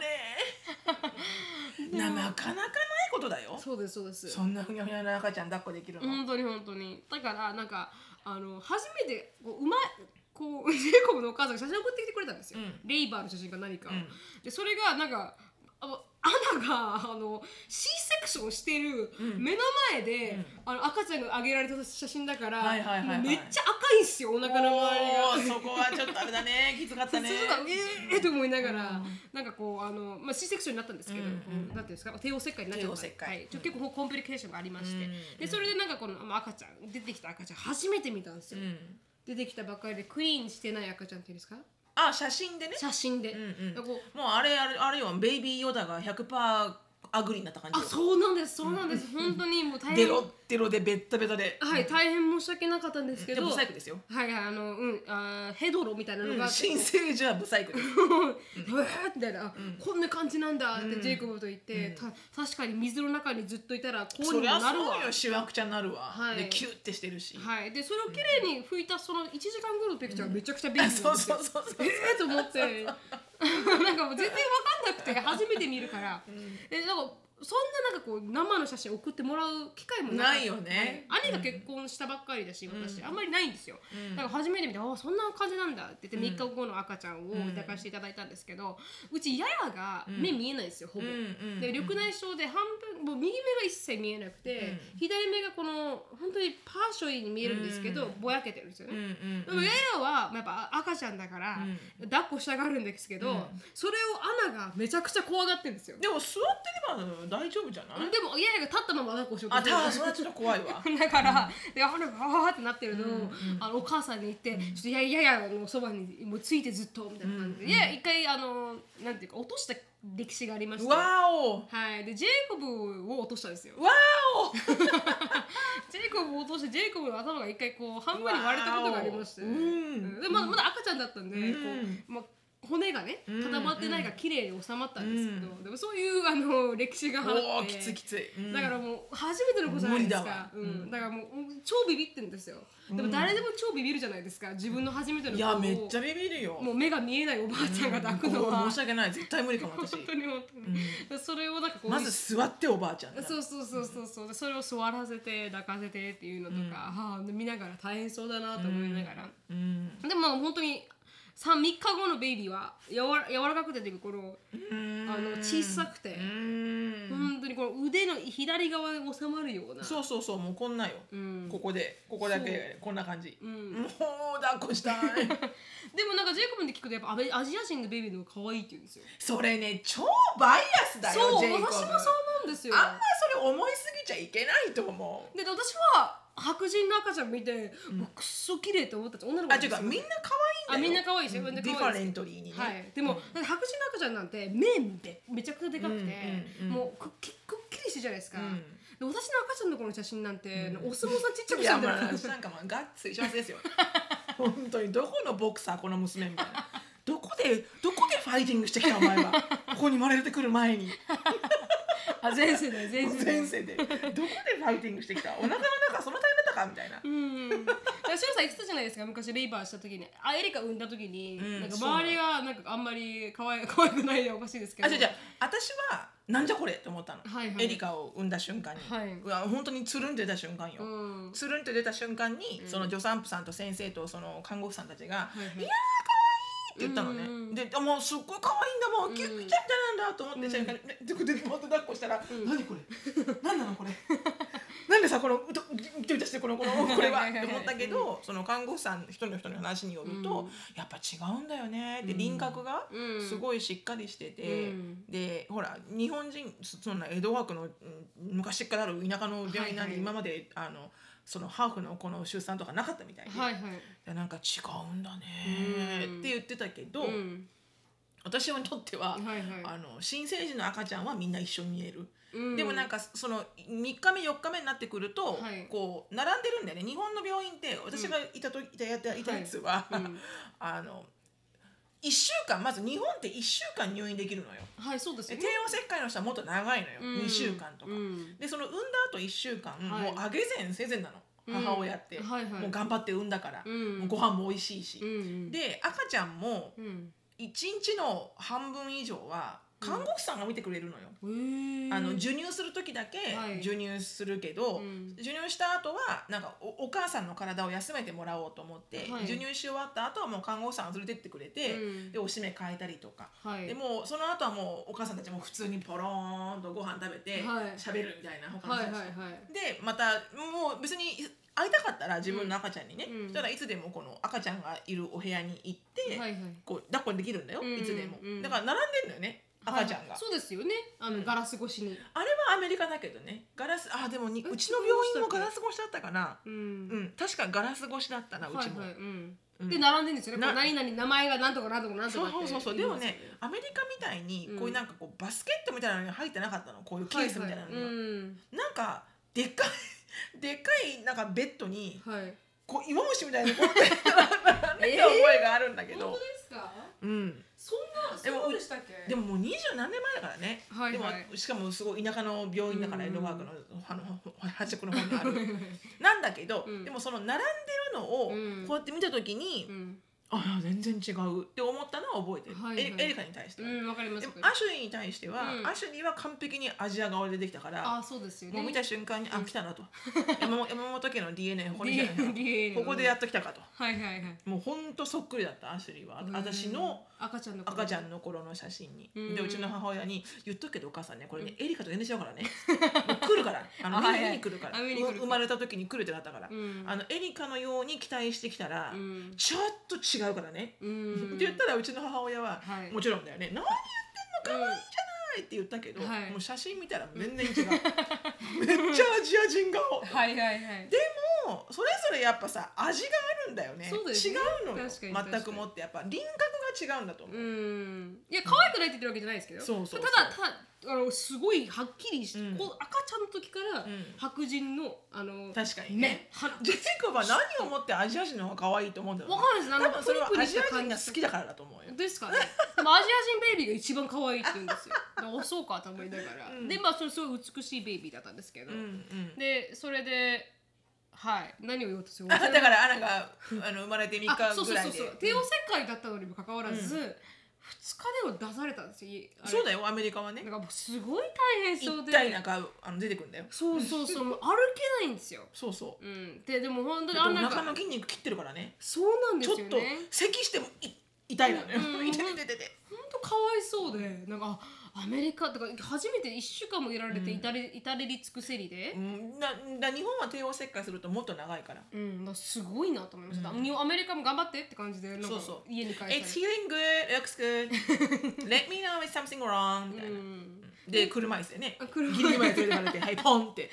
B: ななかなかないことだよ
A: そうですそうです
B: そんなふにゃふにゃな赤ちゃん抱っこできるの、
A: 本当に本当にだからなんかあの初めてこううまいこ うジェイコブのお母さんが写真送ってきてくれたんですよ、
B: うん
A: レイバーの写真か何かを、
B: うん
A: でそれがなんかあのアナがあの C セクションしてる目の前で、あの赤ちゃんがあげられた写真だから、
B: はいはいはいはい
A: めっちゃ赤いんすよお腹の
B: お
A: 周
B: ー
A: りが。
B: そこはちょっとあれだね きつかったね
A: そうだねえーと思いながら、
B: うん
A: なんかこうあの、まあ、C セクションになったんですけど、
B: うんうん
A: こうなんていうんですか帝王切開になっちゃった
B: 帝王切開
A: はい、ちょ結構コンプリケーションがありまして、
B: うん
A: でそれでなんかこの、まあ、赤ちゃん出てきた赤ちゃん初めて見たんです
B: う
A: よ、
B: ん
A: 出てきたばっかりでクリーンしてない赤ちゃんっていうんですか
B: あ写真でね
A: 写真で、
B: うんうん
A: でこう
B: もうあれあれあれよベイビーヨダが100%アグリになった感じ
A: あ
B: よ
A: そうなんですそうなんです、本当にもう大
B: デ
A: 変
B: ロッデロでベッタベタで
A: はい大変申し訳なかったんですけ
B: で
A: ど、
B: ブ
A: は
B: サイ
A: い
B: クですよ
A: はいあのうんあーヘドロみたいなのがあって、
B: 新生児はブサイクです
A: うわーみたいな、こんな感じなんだってジェイコブと言って、た確かに水の中にずっといたらこうに
B: そ
A: も
B: りゃ
A: なるわ
B: そうよしわくちゃになるわ、
A: はい
B: でキュッてしてるし、
A: はい、でそれを綺麗に拭いたその1時間後のペクチャーがめちゃくちゃ便利なんですよ、
B: そうそうそうそう
A: ええと思って なんかもう全然わかんなくて初めて見るから、えなんかそんななんかこう生の写真送ってもらう機会もかった
B: ないよね
A: はい兄が結婚したばっかりだし、私あんまりないんですよ、だから初めて見て「あそんな感じなんだ」って言って3日後の赤ちゃんを抱かせていただいたんですけどうちややが目見えないんですよ、ほぼ。
B: うんうん
A: で緑内障で半分もう右目が一切見えなくて、左目がこの本当にパーショイに見えるんですけど、ぼやけてるんですよね。
B: うんうん
A: でもややはまあやっぱ赤ちゃんだから、抱っこしたがるんですけど、それをアナがめちゃくちゃ怖がってるんですよ。で
B: でも座ってれば大丈夫じゃない
A: もややが立ったまま抱っこしよう
B: あ
A: してる
B: たそれはちょっと怖い わ
A: だから、でアナがわーってなってるのを、あのお母さんに言って、ちょっとやややのそばにもうついてずっとみたいな感じで、いや一回あのなんていうか落とした歴史がありまして。
B: わお
A: はい、でジェイコブを落としたんですよ。
B: わ お
A: ジェイコブを落としてジェイコブの頭が一回こう半分に割れたことがありまして、
B: わーおうん
A: でまだまだ赤ちゃんだったんで、
B: うん
A: こうまあ骨がね固まってないから綺麗に収まったんですけど、でもそういうあの歴史があ
B: お
A: っ
B: ー
A: て
B: きついきつい、うん
A: だからもう初めてのことじゃないです
B: 無理だ
A: か
B: わ、
A: うんだからもう超ビビってるんですよでも誰でも超ビビるじゃないですか自分の初めての
B: い
A: こ
B: や
A: とを
B: めっちゃビビるよ
A: もう目が見えないおばあちゃんが抱くのは、
B: もう申し
A: 本
B: 訳ない絶対無理かも私
A: 当に本当に、それをなんかこう
B: まず座っておばあちゃんだ
A: そうそうそうそうそう、でそれを座らせて抱かせてっていうのとか、はあ、見ながら大変そうだなと思いながら、
B: うん
A: でもまあ本当に 3, 日後のベイビーはやわら柔らかくてというかこの
B: うん
A: あの小さくて
B: う、ん
A: 本当にこの腕の左側に収まるような
B: そうそうそうもうこんなんよ、
A: ん
B: ここでここだけこんな感じ、
A: ん
B: もう抱っこしたい
A: でもなんかジェイコブに聞くとやっぱアベアジア人のベイビーの方が可愛いって言うんですよ
B: それね超バイアスだよ
A: そう
B: ジ
A: 私
B: ェイコブ
A: もそう思うんですよ
B: あんまそれ思いすぎちゃいけないと思う
A: で私は白人の赤ちゃん見て、うわくっそ綺麗って思ったんです女の子
B: あていうかみんな可
A: あ
B: 愛い
A: み
B: ん
A: ん
B: だ
A: な
B: よ
A: 可愛いですよ、みん
B: デ
A: な
B: ィ
A: 可
B: ファ
A: 愛いです
B: レントリーにね、
A: はい、でも、だって白人の赤ちゃんなんて面でめちゃくちゃでかくて、
B: うんうんうん
A: もうくっきくっきりしてるじゃないですか、
B: うん
A: で私の赤ちゃんの頃の写真なんて、お相撲さんちっちゃくして
B: いや
A: るんだ
B: まあ
A: よ
B: なんかまあガッツ一緒ですよ 本当にどこのボクサーこの娘みたいなどこでどこでファイティングしてきた お前はここに生まれてくる前に
A: あ前世だよ前世だよ
B: 前世でどこでファイティングしてきたお腹の中その大変だったかみたいな
A: うん、だから白さん言ってたじゃないですか昔レイバーした時にあエリカ産んだ時に、
B: ん
A: なんか周りがなんかあんまり可愛い可愛くないでおかしいですけど
B: あ、じゃじゃ私はなんじゃこれって思ったの、
A: はいはい
B: エリカを産んだ瞬間に、
A: はいう
B: わ本当につるんで出た瞬間よ、
A: うん
B: つるんと出た瞬間に、その助産婦さんと先生とその看護婦さんたちが「い
A: はい
B: やー可愛いって言ったのね、
A: うん
B: であもうすっごい可愛いんだもんキュッキュッキャッみたいなんだと思って、じゃあねでこでまた抱っこしたら「何これ何なのこれ」なんでさこのうとギュッとしてこのこのこれは
A: はい
B: っ
A: はいはい
B: て思ったけどその看護婦さん一人の人の話によると、やっぱ違うんだよねって輪郭が
A: うん
B: すごいしっかりしてて、
A: うん
B: でほら日本人そそんな江戸川区のうん昔からある田舎の病院なん
A: はいはい
B: で今まであのそのハーフのこの出産とかなかったみたいで、
A: はいはい
B: でなんか違うんだね
A: うん
B: って言ってたけど、
A: うん
B: 私にとっては、
A: はいはい
B: あの新生児の赤ちゃんはみんな一緒に見える、
A: うん
B: でもなんかその3日目4日目になってくると、
A: はい
B: こう並んでるんだよね日本の病院って私がいたと、いたやっていたやつは、
A: はいうん
B: あの1週間まず日本って1週間入院できるのよ。
A: はいそうです
B: で
A: よ
B: 帝王切開の人はもっと長いのよ、
A: うん
B: 2週間とか、
A: うん
B: でその産んだ後1週間、
A: はい
B: もうあげ膳せ膳なの
A: うん
B: 母親って、
A: はいはい
B: もう頑張って産んだから、
A: うん
B: もうご飯も美味しいし、
A: うん
B: で赤ちゃんも
A: うん
B: 1日の半分以上は看護婦さんが見てくれるのよ。
A: うん
B: あの授乳する時だけ
A: はい
B: 授乳するけど、
A: うん
B: 授乳した後はなんかおお母さんの体を休めてもらおうと思って、
A: はい
B: 授乳し終わった後はもう看護師さんが連れてってくれて、
A: うん
B: でおしめ変えたりとか、
A: はい
B: でもうその後はもうお母さんたちも普通にポローンとご飯食べて
A: はい
B: 喋、るみたいな他の
A: はい
B: 人
A: はい
B: たちと、
A: はい
B: でまたもう別に会いたかったら自分の赤ちゃんにね、
A: うん
B: そしたらいつでもこの赤ちゃんがいるお部屋に行って、
A: はいはい
B: こう抱っこできるんだよ、
A: うん
B: いつでも、
A: うん
B: だから並んでんのよね赤ちゃんが。
A: はいそうですよねあのガラス越しに
B: あれはアメリカだけどねガラスあでもに
A: え
B: うちの病院もガラス越しだったかな
A: う
B: うんん確かガラス越しだったなう
A: はい
B: ちも、
A: はいうん
B: うん
A: で並んでるんですよね
B: な
A: こう何々名前がなんとかなんとかなんと
B: そ
A: か
B: う
A: って
B: そうそうそうで
A: 言い
B: も
A: ますよ
B: ねアメリカみたいに
A: うん
B: こういうなんかこうバスケットみたいなのに入ってなかったのこういうケースみたいなの
A: は
B: に
A: い
B: は
A: はいうん
B: なんかでっかい でっかいなんかベッドに
A: はい
B: こう芋虫みたいにこう やって並んでた覚えがあるんだけ
A: 本当
B: ど
A: で、すか
B: うん、
A: そんな
B: でも
A: そうでしたっけ
B: でももう二十何年前だからね、
A: はいはい
B: でもしかもすごい田舎の病院だから
A: う
B: 江
A: ん
B: 戸川区のあの端っこの方 にある
A: はいはい
B: なんだけど、
A: うん
B: でもその並んでるのを
A: うん
B: こうやって見た時に、
A: うん
B: あ全然違うって思ったのは覚えてる、
A: はいはい
B: エリエリカに対しては、
A: うんわかります
B: で
A: わ
B: も
A: かりま
B: ア
A: す
B: シュリーに対しては、
A: うん
B: アシュリーは完璧にアジア顔でできたから
A: あそうですよね
B: もう見た瞬間に、あ来 たなと山本山本家の DNA これじゃないな
A: DNA
B: ここでやっときたかと
A: はいはいはい
B: もうほんとそっくりだったアシュリーは
A: うん
B: 私の
A: 赤ちゃんの
B: 赤ちゃ
A: の
B: んの頃の写真に、
A: うん
B: でうちの母親に「言っとくけどお母さんねこれね、エリカと全然違う からねもう来るからあの
A: あはい
B: 見に来るから
A: あ見に来るから
B: 生まれた時に来るってなったから、
A: うん
B: あのエリカのように期待してきたら、
A: うん
B: ちょっと違うからね」
A: うん
B: って言ったらうちの母親は、
A: はい
B: もちろんだよね「何言ってんのかわいいじゃない!」って言ったけど、
A: はい
B: もう写真見たら全然違うめっちゃアジア人顔
A: はいはいはい
B: でもそれぞれやっぱさ味があるんだよね
A: そうですね
B: 違うのよ
A: 確かに
B: 全くもってやっぱ輪郭が違うんだと思う、
A: うんいや可愛くないって言ってるわけじゃないですけど、
B: そうそうそう
A: ただただあのすごいはっきりして、
B: うん
A: こう赤ちゃんの時から、
B: うん
A: 白人のあの
B: 確かにね
A: 目鼻
B: ジェイコブは何をもってアジア人の方が可愛いと思うんだろう、ね
A: わかんないですなんか
B: 多分それはアジ
A: プニプ
B: ア人
A: ニした
B: が
A: 感じ
B: 好きだからだと思うよ
A: ですかねでもアジア人ベイビーが一番可愛いって言うん ですよだからそうかと思いながら、
B: うん
A: でまあそれすごい美しいベイビーだったんですけど、
B: うんうん
A: でそれではい何を言おうとする
B: あだからアナがあの生まれて3日
A: あそう
B: ぐ
A: そう
B: ら
A: そ
B: いうで
A: そう帝王切開だったのにもかかわらず、二2日では出されたんですよいあれ
B: そうだよアメリカはね
A: なんかもうすごい大変そう
B: 一
A: で
B: 体なんかあの出てくるんだよ
A: そうそうそうもう歩けないんですよ。
B: そうそう
A: うん、ででも本当に
B: だって
A: あん
B: お
A: な
B: 腹の筋肉切ってるからね
A: そうなんで
B: ちょっ
A: すよ
B: と
A: ね。
B: 咳してもい痛いなのよ、
A: うん
B: 痛い痛い痛い痛い
A: 本当かわいそうでなんかあアメリカとか初めて1週間もいられて至れ,、至れり尽くせりで
B: う、んなだ日本は帝王切開するともっと長いから
A: うんだからすごいなと思いました、日本アメリカも頑張ってって感じでなんか
B: そうそう
A: 家に帰っ
B: 「
A: た
B: It's healing good looks good let me know if something wrong」みたいな、
A: うん
B: で車椅子でね
A: あ車椅子
B: ギリギリまで連れてか れて「はいポン」って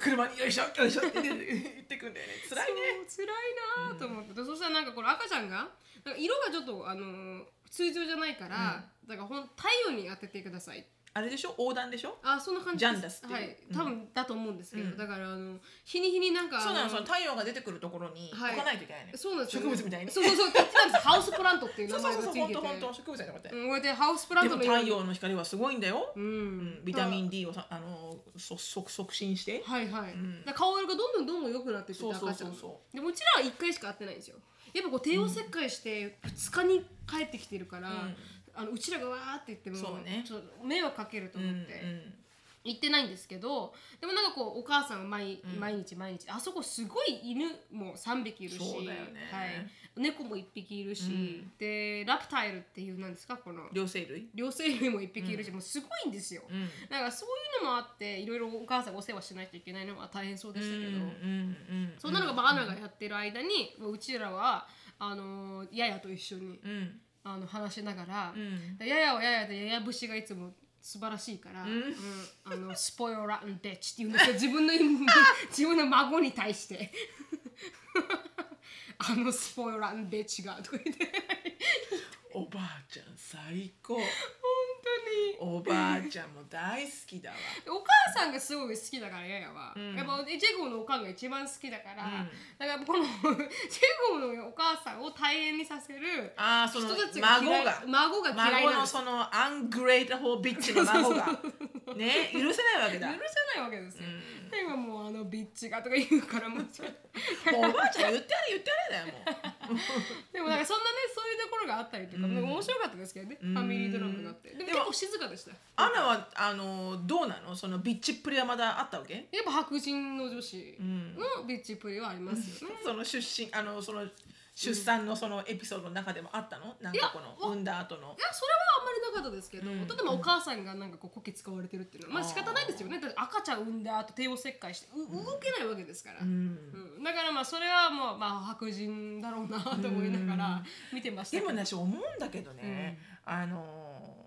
B: 車に「よいしょよいしょ」って言ってくんだよね辛いね
A: そう辛いなと思って、でそしたらなんかこれ赤ちゃんがなんか色がちょっとあのー通常じゃないから、だからほん太陽に当ててください
B: あれでしょ横断でしょ
A: あそんな感じです
B: ジャンダスっていう
A: はい
B: うん
A: 多分だと思うんですけど、
B: うん
A: だからあの日に日になんかあ
B: そうなのその太陽が出てくるところに置
A: はい
B: かないといけないのよ
A: そうなんですよ
B: 植物みたいに
A: そうそうそう言ってたんですハウスプラントっていう名
B: そうそう
A: 前
B: そ
A: がつ
B: うそう
A: い
B: 本
A: てて
B: 当本当植物みたいなこと
A: うんこうやってハウスプラン
B: で
A: トの
B: も太
A: ように
B: 陽の光はすごいんだよ、
A: うん、
B: うんビタミン D をさあのそそ促進して
A: はいはい、
B: ん
A: だから顔色がどんどんどんどん良くなってって
B: そうそう
A: 赤ちゃん
B: そう
A: の
B: そ
A: でもうちらは1回しか会ってないんですよやっぱこう帝王切開して2日に帰ってきてるから、
B: うん
A: あのうちらがわーって言っても
B: そうね
A: ちょっと迷惑かけると
B: う、うん
A: 思って、行ってないんですけどでもなんかこうお母さんは毎,、
B: うん
A: 毎日毎日あそこすごい犬も3匹いるし、
B: そうだよね
A: はい、猫も1匹いるし、
B: うん
A: でラプタイルっていうなんですかこの
B: 両生類、
A: 両生類も1匹いるし、もうすごいんですよ、
B: うん、
A: なんかそういうのもあっていろいろお母さんがお世話しないといけないのが大変そうでしたけど、
B: うんうん
A: そんなのがまあアナがやってる間に、うちらはあのーややと一緒に
B: うん
A: あの話しながら
B: う、ん
A: でややをややでやや節がいつも素晴らしいから、
B: ん
A: うんあの スポイルランベッチって言うんですよ自分の 自分の孫に対して あのスポイルランベッチがとか言って
B: おばあちゃん最高
A: 本
B: おばあちゃんも大好きだわ
A: 当にお母さんがすごい好きだからややは、
B: うん
A: やっぱジェゴのおかんが一番好きだから、
B: うん
A: だからこの ジェゴのお母さんを大変にさせる
B: ああそ
A: 人
B: の
A: たちが
B: 孫
A: 嫌い
B: が
A: 孫が嫌いなん
B: 孫の
A: ですよ
B: そのアングレートフォービッチの孫がね許せないわけ
A: 許
B: だ
A: せないわけですよ、で今もうあのビッチがとか言うからもうちょっと
B: もうおばあちゃん言ってやれ言ってやれだよもう
A: でもなんかそんなねそういうところがあったりとか、なんか面白かったですけどね、ファミリードラマがあってでも結構静かでしたよ
B: アナはあのどうなのそのビッチっぷりはまだあったわけ
A: やっぱ白人の女子のビッチプレイはありますよね、
B: その出身あのその出産のそのエピソードの中でもあったのなんかこ
A: いや
B: の産んだ後の
A: いやそれはあんまりなかったですけど、例えばお母さんがなんかこうこき使われてるっていうのはまあ仕方ないですよねだって赤ちゃん産んだ後帝王切開してう動けないわけですから、うんだからまあそれはもう、まあ、白人だろうなと思いながら見てました
B: で
A: けど
B: もね私思うんだけどね、あの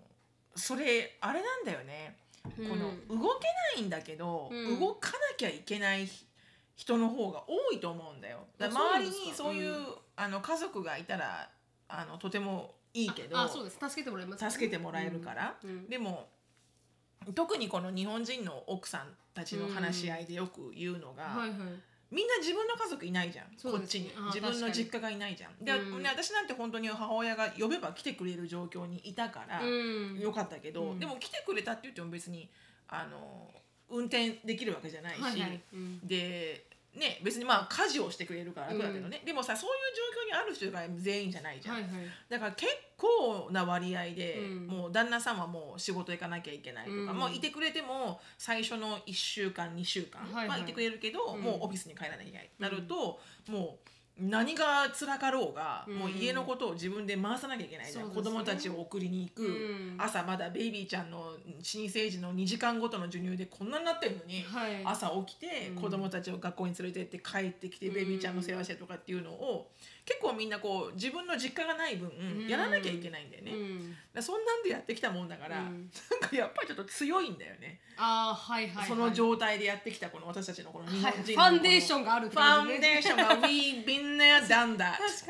B: それあれなんだよね、この動けないんだけど、
A: うん
B: 動かなきゃいけない人の方が多いと思うんだよ。だか
A: あそう
B: ら
A: なん
B: 周り
A: ですか
B: にそういう、
A: うん
B: あの家族がいたらあのとてもいいけど
A: ああそうです助けてもらいます、
B: 助けてもらえるから、
A: うんうん
B: でも特にこの日本人の奥さんたちの話し合いでよく言うのが、
A: はいはい
B: みんな自分の家族いないじゃん、
A: そう
B: こっ
A: です
B: ち
A: ね
B: に
A: あー
B: 自分の実家がいないじゃんで、
A: うん
B: ね私なんて本当に母親が呼べば来てくれる状況にいたから、
A: うん
B: よかったけど、
A: うん
B: でも来てくれたって言っても別にあの運転できるわけじゃないし、
A: はいはいうん
B: で、ね、別にまあ家事をしてくれるから楽だけどね、でもさそういう状況にある人が全員じゃないじゃん、
A: はいはい
B: だから結構な割合で、
A: うん
B: もう旦那さんはもう仕事行かなきゃいけないとか、
A: うん
B: もういてくれても最初の1週間2週間、
A: はいはい
B: まあ、いてくれるけど、
A: うん
B: もうオフィスに帰らなきゃいけないなると、もう何が辛かろうが、
A: うん
B: もう家のことを自分で回さなきゃいけないじゃん、
A: そう
B: 子
A: ですね
B: 供たちを送りに行
A: う
B: く、
A: ん
B: 朝まだベイビーちゃんの新生児の2時間ごとの授乳でこんなになってるのに。
A: はい
B: 朝起きて
A: うん
B: 子供たちを学校に連れてって帰ってきて
A: うん
B: ベビーちゃんの世話してとかっていうのを結構みんなこう自分の実家がない分
A: ん
B: やらなきゃいけないんだよね。だ
A: う
B: か
A: ん
B: らそんなんでやってきたもんだから、
A: うん
B: なんかやっぱりちょっと強いんだよね、
A: ああはいはい、はい、
B: その状態でやってきたこの私たちのこの日
A: はい
B: 本
A: フ
B: 人のこの
A: ァンデーションがあるって
B: ファ
A: 感
B: ン
A: じね
B: デーションが We've been there done that
A: 確か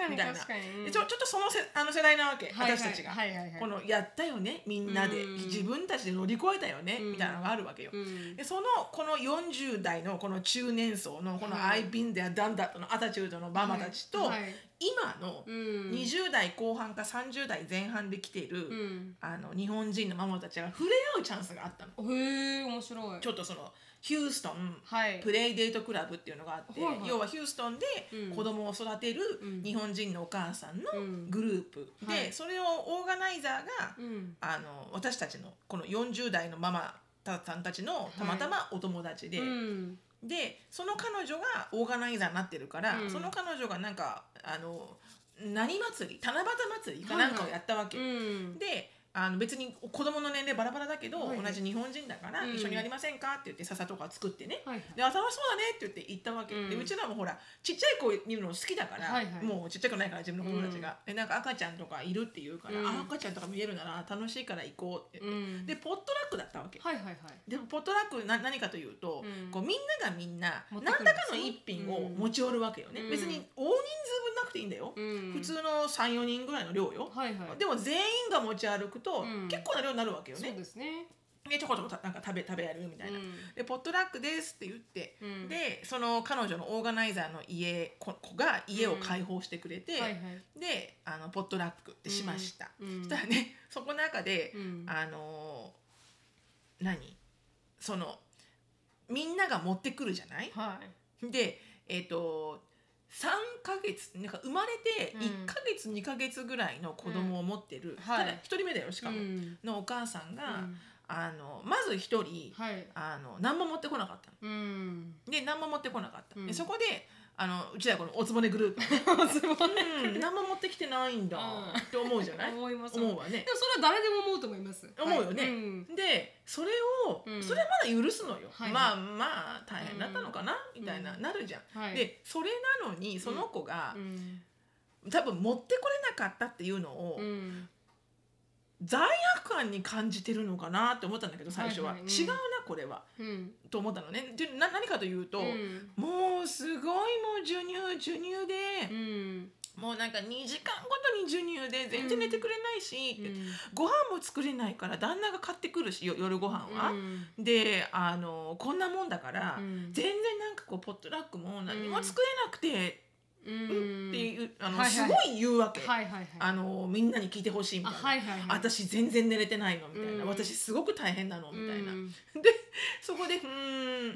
A: に
B: みたいな
A: 確かにうん
B: でちょちょっとそのせあの世代なわ
A: は
B: け、
A: いはい
B: 私たちが、
A: はいはいはい
B: このやったよねみんなで、
A: うん
B: 自分たちで乗り越えたよね、みたいなのがあるわけよ、
A: うん
B: でそのこの40代のこの中年層のこの「
A: は
B: I've been there done that」のアタチュードのママたちと、
A: はいはい
B: 今の
A: うん
B: 20代後半か30代前半で来ている、
A: うん
B: あの日本人のママたちが触れ合うチャンスがあったの。
A: へえ面白い
B: ちょっとそのヒューストン
A: はい
B: プレイデートクラブっていうのがあって、
A: はいはい
B: 要はヒューストンで
A: うん
B: 子供を育てる
A: うん
B: 日本人のお母さんの
A: うん
B: グループ、で、
A: はい
B: それをオーガナイザーが、
A: うん
B: あの私たちのこの40代のママさんたちのたまたまお友達で、
A: うん
B: でその彼女がオーガナイザーになってるから、
A: うん
B: その彼女がなんかあの何祭り七夕祭りかなんかをやったわけ、
A: うん
B: であの別に子供の年齢バラバラだけど、
A: はい
B: 同じ日本人だから、
A: うん
B: 一緒にやりませんかって言って笹とか作ってね、
A: はいはい
B: であ楽しそうだねって言って行ったわけ、
A: うん
B: でうちらもほらちっちゃい子見るの好きだから、
A: はいはい
B: もうちっちゃくないから自分の友達が、でなんか赤ちゃんとかいるって言うから、
A: うん
B: あ赤ちゃんとか見えるなら楽しいから行こうって、
A: うん
B: でポットラックだったわけ、
A: はいはいはい
B: でもポットラックな何かというと、
A: うん
B: こうみんながみんな
A: 持
B: 何
A: ってくるん
B: ら
A: です
B: かの一品を
A: うん
B: 持ち寄るわけよね、
A: うん
B: 別に大人数分なくていいんだよ、
A: うん
B: 普通の34人ぐらいの量よ、
A: はいはい
B: でも全員が持ち歩くと、
A: うん
B: 結構な量になるわけよ
A: そう
B: ね
A: ですね
B: でちょこちょこたなんか食べ食べやるみたいな、
A: うん
B: でポットラックですって言って、
A: うん
B: でその彼女のオーガナイザーの家子子が家を開放してくれて、
A: はいはい
B: であのポットラックってしました、
A: うん
B: そしたらねそこの中で、
A: うん
B: あのー何そのみんなが持ってくるじゃない
A: はい
B: でえっ、と3ヶ月なんか生まれて
A: うん
B: 1ヶ月、2ヶ月ぐらいの子供を持ってる、
A: はい
B: ただ1人目だよしかも、
A: うん
B: のお母さんが、
A: うん
B: あのまず1人
A: はい
B: あの何も持ってこなかった
A: うん
B: の。で何も持ってこなかった。
A: う
B: で
A: ん
B: そこであのうちらこのおつぼねグループ、 うん、何も持ってきてないんだ
A: うん
B: って思うじゃない
A: 思います
B: 思うわね
A: で。もそれは誰でも思うと思います
B: 思うよね
A: はいん
B: でそれを、
A: うん
B: それはまだ許すのよ、
A: はい
B: まあまあ大変だったのかな、
A: ん
B: みたいな、
A: うん
B: なるじゃん、
A: はい
B: でそれなのにその子が
A: う、ん
B: 多分持ってこれなかったっていうのを、
A: うん
B: 罪悪感に感じてるのかなって思ったんだけど最初は、
A: はいはいうん
B: 違うなこれは
A: うん
B: と思ったのねでな何かというと、
A: うん
B: もうすごいもう授乳授乳
A: う
B: で、
A: ん
B: もうなんか2時間ごとに授乳で全然寝てくれないし、
A: うん
B: ご飯も作れないから旦那が買ってくるしよ夜ご飯は。
A: うん
B: であのこんなもんだから、
A: うん
B: 全然なんかこうポットラックも何も作れなくて、
A: うん
B: っていうあの、
A: はいはい
B: すごい言うわけ、
A: はいはいはい
B: あのみんなに聞いてほしいみたいな、
A: あはいはいはい
B: 私全然寝れてないのみたいな、
A: うん
B: 私すごく大変なのみたいな、
A: うん
B: でそこで「うーんう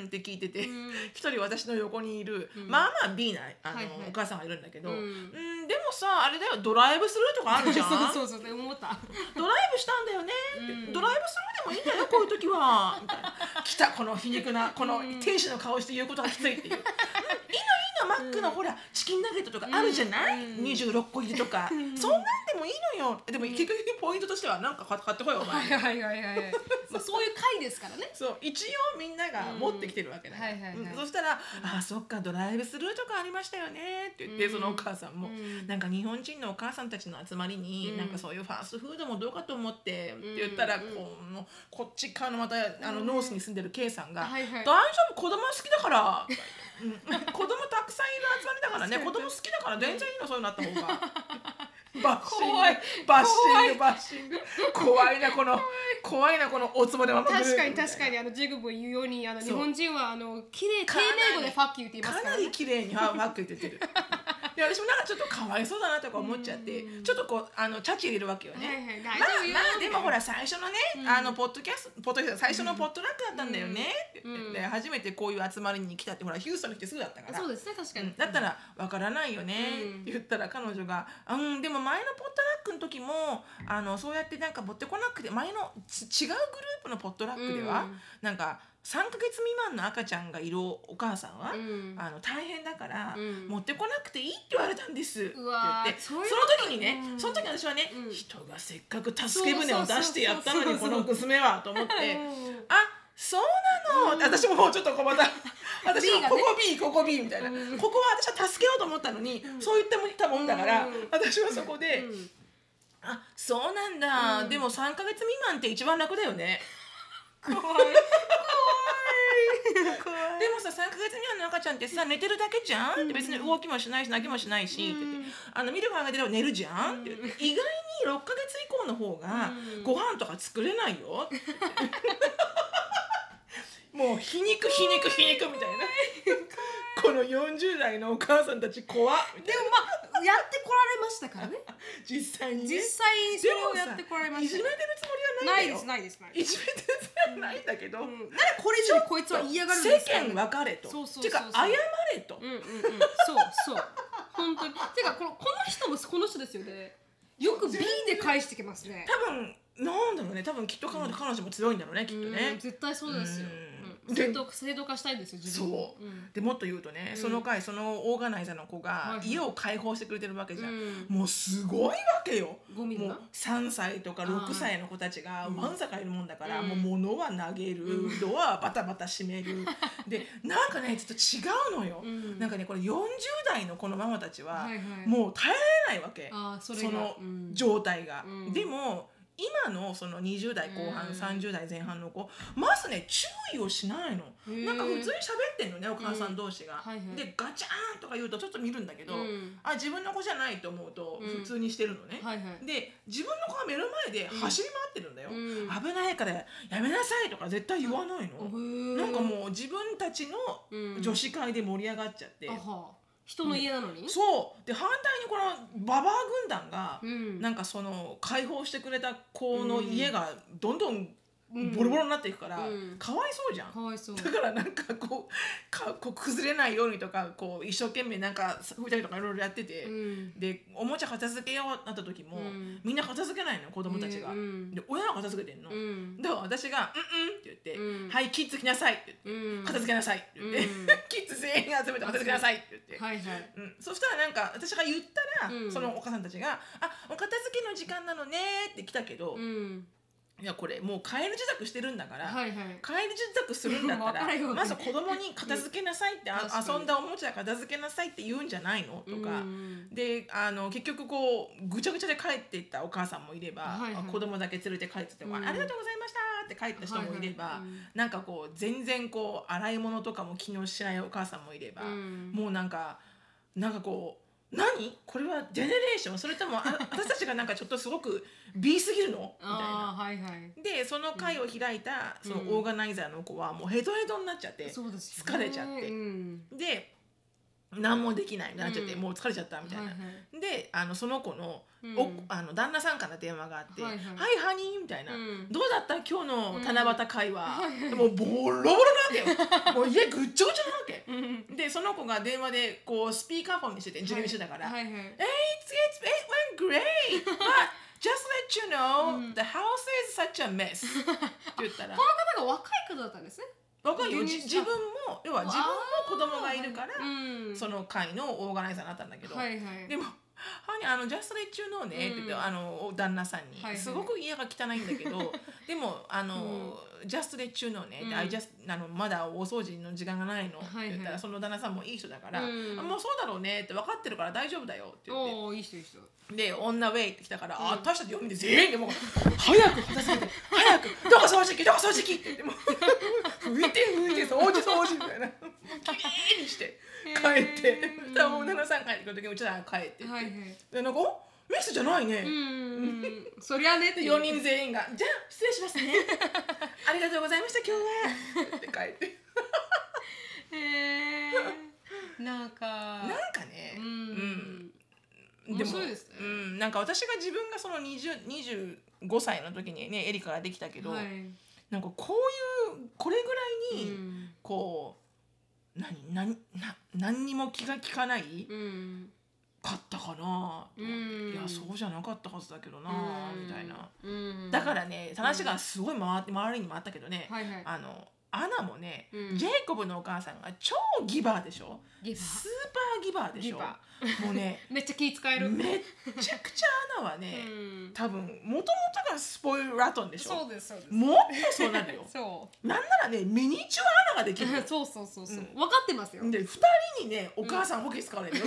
B: ーん」って聞いてて、
A: うん
B: 一人私の横にいる、
A: ん
B: まあまあ B なあの、
A: はいはい
B: お母さんがいるんだけど、う
A: うんん
B: でもさあれだよドライブスルーとかあるじゃん
A: そうそうそう思った
B: ドライブしたんだよねって、
A: うん
B: ドライブスルーでもいいんだよこういう時は」みたいな「来たこの皮肉なこの
A: うん
B: 天使の顔して言うことがきつい」 っていう。うんいいのいいのマックのほらチキンナゲットとかあるじゃない、
A: うん
B: 26個入りとか、そんなんでもいいのよでも結局ポイントとしてはなんか買ってこいよお前
A: はいはいはいはいはい まあそういう回ですからね
B: そう一応みんなが持ってきてるわけだから、
A: うんはいはいはい
B: うんそしたら「あそっかドライブスルーとかありましたよね」って言って、
A: うん
B: そのお母さんも、
A: うん
B: なんか日本人のお母さんたちの集まりに、
A: うん
B: なんかそういうファーストフードもどうかと思って」って言ったら、
A: うん
B: このこっち側のまたあのノースに住んでる K さんが「
A: はいはい
B: 大丈夫子供好きだ から」うん子供たくさんいる集まりだからね子供好きだから全然いいのそういうのあった方 が。バッシング
A: 怖い
B: バッシングバッシング 怖いなこの怖いなこのおつぼでまま
A: 確かに確
B: に
A: かにあのジグも言うようにあの
B: そう
A: 日本人はあの綺麗丁
B: かなり
A: 寧語でファッキューって言います
B: か
A: から
B: な
A: ね
B: り綺麗にハーフバックって 言ってるで私もなんかちょっとかわいそうだなとか思っちゃってちょっとこうあのチャチ入れるわけよね、
A: はいはい
B: ま
A: 大
B: あ
A: 丈夫よ
B: まあでもほら最初のね、あのポッドキャストポッドキャスト最初のポッドラックだったんだよね、って言ってで初めてこういう集まりに来たってほらヒューストンに来てすぐだったから
A: そうですね確かに、
B: だったらわからないよね
A: うん
B: って言ったら彼女が「うんでも前のポットラックの時もあのそうやってなんか持ってこなくて前のち違うグループのポットラックでは、
A: うん
B: なんか3ヶ月未満の赤ちゃんがいるお母さんは、
A: うん
B: あの大変だから、
A: うん
B: 持ってこなくていいって言われたんです」って言
A: うわー
B: ってそ
A: そう
B: の
A: いう
B: 時にね、
A: うん
B: その時私はね、
A: うん
B: 人がせっかく助け舟を出してやったの
A: そう
B: に
A: そうそうそう
B: この娘はと思って
A: うん
B: 「あそうなの」って私ももうちょっ とこうまた私
A: B がね
B: もここ B ここ B みたいな、
A: うん
B: ここは私は助けようと思ったのに、そう言っても言ったもんだから、
A: うん
B: 私はそこで。
A: うん
B: あそうなんだ、
A: うん
B: でも3ヶ月未満って一番楽だよね
A: 怖い怖い
B: でもさ3ヶ月未満の赤ちゃんってさ寝てるだけじゃんって別に動きもしないし泣きもしないし、って言ってあのミルクあげてれば寝るじゃんって言って意外に6ヶ月以降の方が
A: うん
B: ご飯とか作れないよって 言ってもう皮肉皮肉皮肉みたいなこの40代のお母さんたち怖っみ
A: で
B: たい
A: も
B: な
A: まあやってこられましたからね
B: 実際にね
A: 実際にそ
B: で
A: れ
B: も
A: を
B: さ
A: やってこられまし
B: いじ
A: た
B: め
A: よ
B: てるつもりは
A: な
B: ない
A: いで
B: んだよ
A: すないですないです
B: いじめてるつもりはないんだけど、
A: うんならこれ以上こいつは嫌がるんですから
B: 世間分かれと
A: そうそうそうそう
B: てか謝れと、
A: うんうんうんそうそう本当にてかこのこの人もこの人ですよねよく B で返してきますね
B: 多分なんだろうね多分きっと彼女,、彼女も強いんだろうねきっと
A: うん
B: ね、
A: 絶対そうですよ
B: うん
A: うん正当正当化したいんですよ自分を
B: そう、
A: ん
B: でもっと言うとね、その回そのオーガナイザーの子
A: はい
B: が
A: はい
B: 家を開放してくれてるわけじゃん、
A: うん
B: もうすごいわけよ
A: ゴミ
B: もう
A: が
B: 3歳とか6歳の子たちがわんさかいるもんだから、
A: うん
B: もう物は投げる、ドアはバタバタ閉 めるでなんかねちょっと違うのよ、
A: うん
B: なんかねこれ40代のこのママたちは、
A: はいはい
B: もう耐えられないわけ
A: あーそ
B: そ
A: れが
B: の
A: うん
B: 状態が、
A: うん
B: でも今のその20代後半、
A: うん
B: 30代前半の子まずね注意をしないの
A: へー
B: なんか普通に喋ってんのねお母さん同士が、
A: はいはい
B: でガチャーンとか言うとちょっと見るんだけど、
A: うん
B: あ自分の子じゃないと思うと
A: うん
B: 普通にしてるのね、
A: はいはい
B: で自分の子が目の前で走り回ってるんだよ、
A: うん
B: 危ないからやめなさいとか絶対言わないの、なんか
A: う
B: もう自分たちの女子会で盛り上がっちゃって、
A: あは人の家なのに
B: そうで反対にこのババア軍団が、
A: うん
B: なんかその解放してくれた子の家がどんどん
A: うん
B: ボロボロになっていくから、
A: うん
B: かわいそうじゃん。
A: かわいそう
B: だからなんかこうかこう崩れないようにとかこう一生懸命なんか吹いたりとかいろいろやってて、
A: うん
B: でおもちゃ片付けようってなった時も、
A: うん
B: みんな片付けないの子供たちが、
A: うんうん
B: で親が片付けてんの、
A: うん
B: だから私が「うんうん」って言って「
A: うん
B: はいキッズ来なさい」って言って
A: うん
B: 片付けなさい」って言って、
A: うん
B: キッズ全員集めて片付けなさい」って言って、
A: はいはい
B: うん、そしたらなんか私が言ったら、
A: うん
B: そのお母さんたちが「あお片付けの時間なのね」って来たけ ど、
A: うん
B: いやこれもう帰り自宅してるんだから、
A: はいはい
B: 帰り自宅するんだっ た
A: わからるよね
B: まず子供に片付けなさいって、あ
A: 確かに
B: 遊んだおもちゃ片付けなさいって言うんじゃないのとか。
A: うん
B: であの結局こうぐちゃぐちゃで帰っていったお母さんもいれば、
A: はいはい
B: 子供だけ連れて帰ってて、
A: うん
B: ありがとうございましたって帰った人もいれば、
A: はいはいうん
B: なんかこう全然こう洗い物とかも気にしないお母さんもいれば、
A: うん
B: もうなんかなんかこう何これはジェネレーションそれともあ 私たちがなんかちょっとすごく B すぎるのみたいな。
A: ああーはいはい
B: でその会を開いた、
A: うん
B: そのオーガナイザーの子はもうヘトヘトになっちゃって、
A: そうですよね
B: 疲れちゃって
A: うん
B: で何もできないみたいになっちゃって、もう疲れちゃったみたいな、であのその子の,お、あの旦那さんから電話があって「
A: は
B: はいい、
A: はい
B: ハニー」みたいな、
A: うん
B: どうだった今日の七夕会は」でもうボロボロなわけ よもう家ぐっちょぐちょなわけ、でその子が電話でこうスピーカーフォンにしてて授業してたから「
A: はいはい
B: Hey, it's, it's, it went great! But just let you know,、the house is such a mess! って言ったら
A: こ、の方が若い方だったんですね
B: 若いよ、
A: 輸入
B: じ
A: した
B: 自分も、要は自分も子供がいるから、
A: うん
B: その会のオーガナイザーになったんだけど、
A: はいはい
B: でも、ハニー、あの、ジャストレッチュのね、って言って、
A: うん
B: あの、旦那さんに、
A: はいはい
B: すごく家が汚いんだ けど、でも、あの、ジャストレッチュのね、
A: うん
B: あい just あのまだお掃除の時間がないの、
A: はいはい
B: って言ったら、その旦那さんもいい人だから、
A: うん
B: あもうそうだろうねって分かってるから大丈夫だよって言って、
A: おおいい人いい人
B: で、女ウェイって来たから、
A: ん
B: あ私たち4人で全員でもう、早く片付けて、早く、どこ掃除機、どこ掃除機って言って、もう、拭いて拭いて、掃除掃除みたいな、きれいにして、帰って、
A: へー
B: そしたらもう旦那さん帰ってくる時に、うちらが帰ってって、
A: はいはい
B: で、なんか、おミスじゃないね。
A: うんそりゃねって
B: で、4人全員が、じゃあ、失礼 しますね。ありがとうございました、今日は。って帰って。
A: へえなんか
B: なんかね、
A: う
B: うん
A: ん面白いですね
B: うん、なんか私が自分がその20 25歳の時にねエリカができたけど、
A: はい
B: なんかこういうこれぐらいに、
A: うん
B: こう何何な何にも気が利かない
A: うん
B: かったかな、
A: うん
B: いやそうじゃなかったはずだけどな、みたいな
A: うん
B: だからね話がすごい回って周りに回ったけどね、
A: はいはい
B: あのアナもね、
A: うん
B: ジェイコブのお母さんが超ギバーでしょ
A: ギバー
B: スーパーギバーでしょ
A: ギバ
B: もうね
A: めっちゃ気使える
B: めっちゃくちゃアナはね、
A: うん
B: 多分もともとがスポイルラトンでし
A: そ
B: ょ
A: うですそうです
B: もっとそうなるよ
A: そ
B: なんならねミニチュアアナができるよ
A: うそうそうそう そう
B: うん
A: 分かってますよ
B: で2人にねお母さんホケ使われるよ、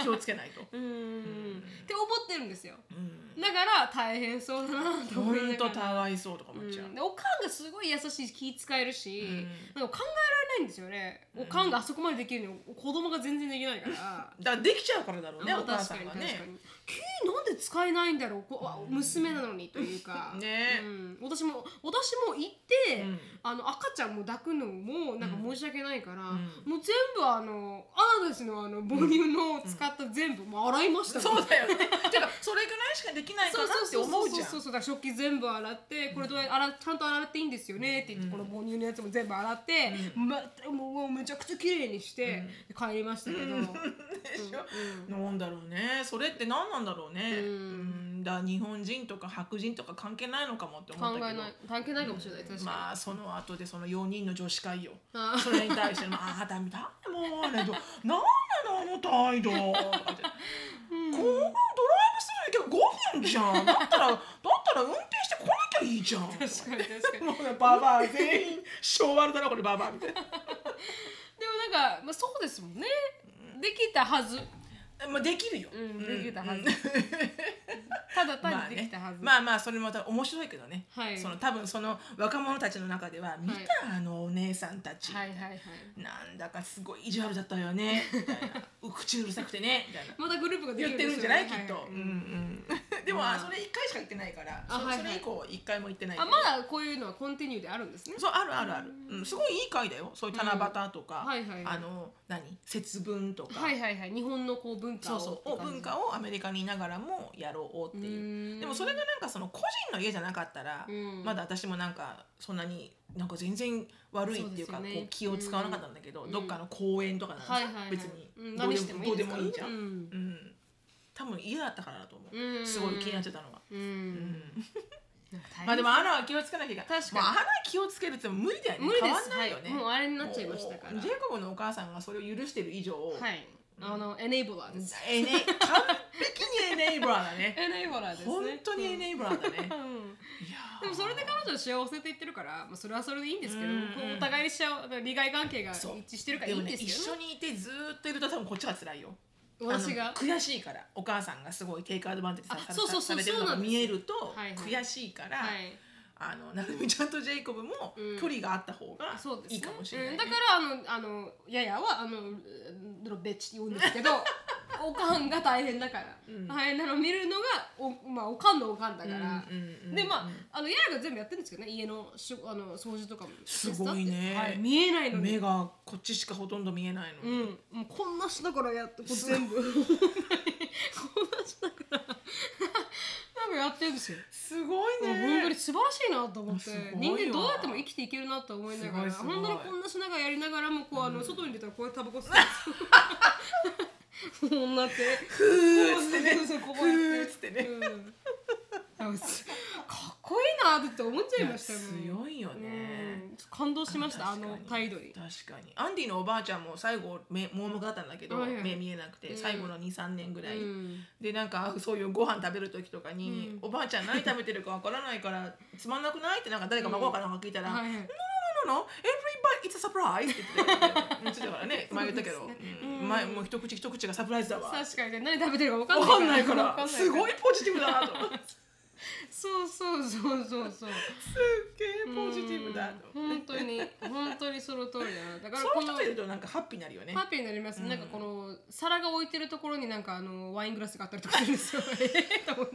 B: 気をつけないと、
A: うんって思ってるんですよ
B: うん、
A: だから大変そう だなと
B: ほ
A: 思い
B: ん
A: な
B: と
A: がら
B: かわいそうとか思っちゃう、
A: うんでおかんがすごい優しいし気使えるし、
B: う
A: なんか考えられないんですよねおかんがあそこまでできるのに子供が全然できないから。
B: だからできちゃうからだろうね
A: まあ
B: お母さんが
A: 確かに確か
B: ね
A: にキーなんで使えないんだろうこあ娘なのにというか
B: ね
A: うん、私も私も行って、
B: うん
A: あの赤ちゃんも抱くのもなんか申し訳ないから、
B: ん
A: もう全部あのアナですのあの母乳の使った全部、もう洗いましたもん
B: そうだよね てかそれぐらいしかできない
A: そ
B: かな
A: うそう
B: って
A: そう
B: 思
A: そううそう
B: じゃん
A: そうそうだから食器全部洗ってこれどうや洗ちゃんと洗っていいんですよねって言って、この母乳のやつも全部洗って、ま、もうもうめちゃくちゃ綺麗にして、帰りましたけど、
B: でしょ、なんだろうねそれって何なんだろうね、
A: うん
B: うんだから日本人とか白人とか関係ないのかもって思
A: 考
B: っ
A: え
B: た
A: な
B: け
A: い
B: ど
A: 関係ないかもしれない確かに、
B: まあその後でその4人の女 子会よ
A: あー
B: それに対しての「ああだめだもうねどなんなのあの態度」とかって「このドライブスルーで5分じゃんだったらだったら運転してこなきゃいいじゃん」とか
A: 確かに確かにでも
B: もうねババア全員昭和だなこれババアみた いな。
A: なんか、まあ、そうですもんねできたはず
B: まあ、できるよ、
A: うんできたはず
B: うん
A: ただ単
B: まあ
A: にでき
B: ね
A: たはず、
B: まあまあそれまた面白いけどね、
A: はい
B: その多分その若者たちの中では見た、あのお姉さんたち、
A: はいはいはい
B: なんだかすごい意地悪だったよ ねみたいなう口うるさくてねみたいな
A: またグループがで
B: 言
A: き
B: っ
A: る
B: てるんじゃない、きっと、
A: はいはい
B: うんうんでも、
A: まあ
B: あ、それ1回しか言ってないから
A: あ
B: そ,、
A: はいはい
B: れ以降1回も言ってないけ
A: あ
B: ど
A: まだこういうのはコンティニューであるんですね
B: そうあるあるある、うん、すごいいい回だよそういう七夕とか、
A: うんはいはいはい
B: あの何節分とか、
A: はいはいはい日本のこう文化
B: そ
A: を
B: うそ
A: っ
B: う
A: て感じ
B: 文化をアメリカにいながらもやろうって
A: う
B: い
A: ん
B: うでもそれがなんかその個人の家じゃなかったら、
A: うん
B: まだ私もなんかそんなになんか全然悪いっていうか
A: そうですよね
B: こう気を使わなかったんだけど、どっかの公園とかならさ、
A: はいはいはい
B: 別に
A: うん
B: どう
A: 何
B: で
A: して
B: も
A: も
B: ど
A: いうい
B: で
A: ですから
B: もい
A: ね
B: いじゃん、
A: うん
B: うん多分家だったからだと思う、
A: うん
B: すごい気になっちゃったのは。
A: うん
B: まあでもアナは気をつけなきゃいけない
A: 確かに
B: まあ、アナは気をつけるって言っても無理だよね
A: 無理です
B: 変わんないよね、
A: はいもうあれになっちゃいましたから
B: もうジェイコブのお母さんがそれを許してる以上、
A: はいあのエネイボラーです
B: エネ完璧にエネイブラーだね
A: エネイボラーですね
B: 本当にエネイブラーだね。
A: うん
B: いやー
A: でもそれで彼女は幸せって言ってるから、まあ、それはそれでいいんですけど、
B: うんうん
A: お互いにしちゃう利害関係が一
B: そう
A: 致してるからいいんです
B: でも
A: よ、
B: ね、一緒にいてずーっといると多分こっちが辛いよ。
A: 私
B: あ
A: が
B: の悔しいからお母さんがすごいテイクアドバンテージさ
A: あ
B: さ
A: そうそうそ
B: さ
A: う
B: れてる
A: そ
B: の
A: う
B: が
A: なんです
B: 見えると
A: はいはい
B: 悔しいから、
A: はい
B: あのなるみちゃんとジェイコブも
A: うん
B: 距離があった方が
A: そうです、ね、
B: いいかもしれない、
A: うん
B: ね
A: だからあのあのややはあのロベッチって言うんですけどおかんが大変だから、大変なの見るのがお,、まあ、おかんのおかんだから、
B: うんうんうんうん
A: でまああのややが全部やってるんですけどね家のしあの掃除とかも
B: すごいね
A: はい、見えないのに、
B: 目がこっちしかほとんど見えないの、
A: うん、もうこんな下からやってこう 全部 こんな下から なんかやってるんですよ
B: すごい
A: もう
B: ね
A: 本当に素晴らしいなと思って
B: すごい
A: 人
B: わ
A: 間どうやっても生きていけるなと思いながら
B: すごいすごい
A: 本当にこんなしながらやりながらもこう、あの外に出たらこうやってタバコ吸ってこうなって
B: ふーっつってね
A: そうそうこうや
B: ふーっつってね
A: うんなんかすかっこいいなって思っちゃいましたもん
B: 強いよね、
A: うん感動しましたあ
B: 確かに
A: の態度に
B: 確かにアンディのおばあちゃんも最後目盲目だったんだけど、
A: はいはい
B: 目見えなくて最後の23年ぐらい、
A: うん
B: でなんかそういうご飯食べる時とかに、
A: うん
B: おばあちゃん何食べてるかわからないからつまんなくないってなんか誰か孫かなんか聞いたら「
A: はい
B: No
A: はい
B: no no no everybody it's a surprise」って言ってたよ言ってたか らね前言ったけど、うん前もう一口一口がサプライズだわ。
A: 確かにね何食べてるか
B: わ
A: 分
B: か
A: か
B: ん
A: ん
B: な
A: ないい
B: か
A: から
B: ら
A: 分
B: すごいポジティブだ なと
A: そうそうそうそうそう
B: すっげえポジティブだと
A: 本当に本当にその通りだなだから
B: そう
A: こ
B: いう人
A: の
B: といるとなんかハッピーになるよね
A: ハッピーになります、なんかこの皿が置いてるところになんかあのワイングラスがあったりとかするんですよ ええと思って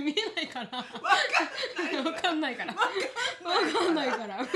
A: 見えないからわ
B: わかんない
A: かんないからわかんないから
B: どこ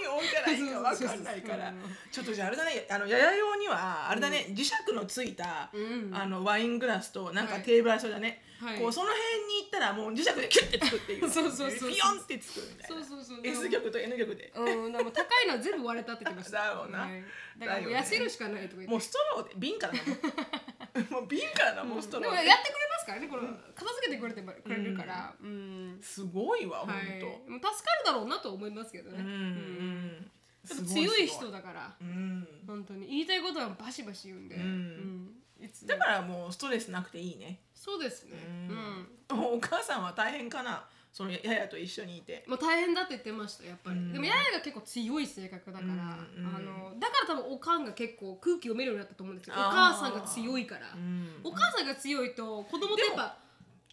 B: に置いたらいいかわかんないからちょっとじゃああれだねあのやや用にはあれだね、磁石のついた、
A: ん
B: あのワイングラスとなんか
A: はい
B: テーブルそうだね、
A: はい
B: こうその辺に行ったらもう磁石でキュッてつくっていう
A: そうそうそうそう
B: ピヨンってつくみたいな
A: そうそうそう
B: S 極と N 極で
A: うん、でも高いのは全部割れたって言ってました
B: だろうな
A: はいだからもう
B: だよね
A: 痩せるしかないとか言って
B: もうストローで瓶からだ もんもう瓶からだもうスト
A: で
B: ロ
A: も
B: ーで、
A: やってくれますからねこの片付けてくれてくれるからうん、
B: すごいわほんと、
A: はいもう助かるだろうなとは思いますけどね、
B: うん
A: で
B: う
A: も
B: ん
A: 強い
B: すご
A: 人
B: す
A: だから
B: ごいうん
A: 本当に言いたいことはバシバシ言うんで、
B: ん
A: うんいつで
B: だ
A: も
B: からもうストレスなくていいね
A: そうですねうん、
B: お母さん は大変かなそのややと一緒にいて
A: まあ、大変だって言ってましたやっぱり、
B: うん
A: でもややが結構強い性格だから、
B: うんうん
A: あのだから多分おかんが結構空気読めるようになったと思うんですよお
B: あー
A: 母さんが強いから、
B: うん
A: お母さんが強いと子供ってやっぱ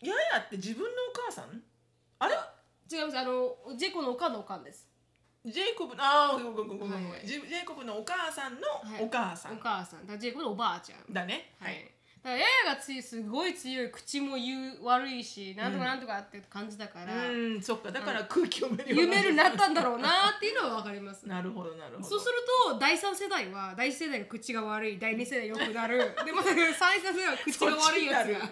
B: ややって自分のお母さんあれ
A: 違いますあのジェコのおかんのおかんです
B: ジェイコブあーごめんごめんごめんごめん、
A: はい
B: ジェジェイコブのお母さんの
A: はい
B: お母さん、
A: お母さんだからジェコのおばあちゃん
B: だねはい、
A: だからややがついすごい強い口も言う悪いしなんとかなんとかって感じだから、
B: うんそっかだから空気読めるよう
A: 夢
B: に
A: める
B: な
A: なったんだろうなっていうのは分かります
B: なるほどなるほど
A: そうすると第3世代は第1世代が口が悪い第2世代良くなる でもだから最初世代は口が悪いやつ
B: そ
A: が
B: っ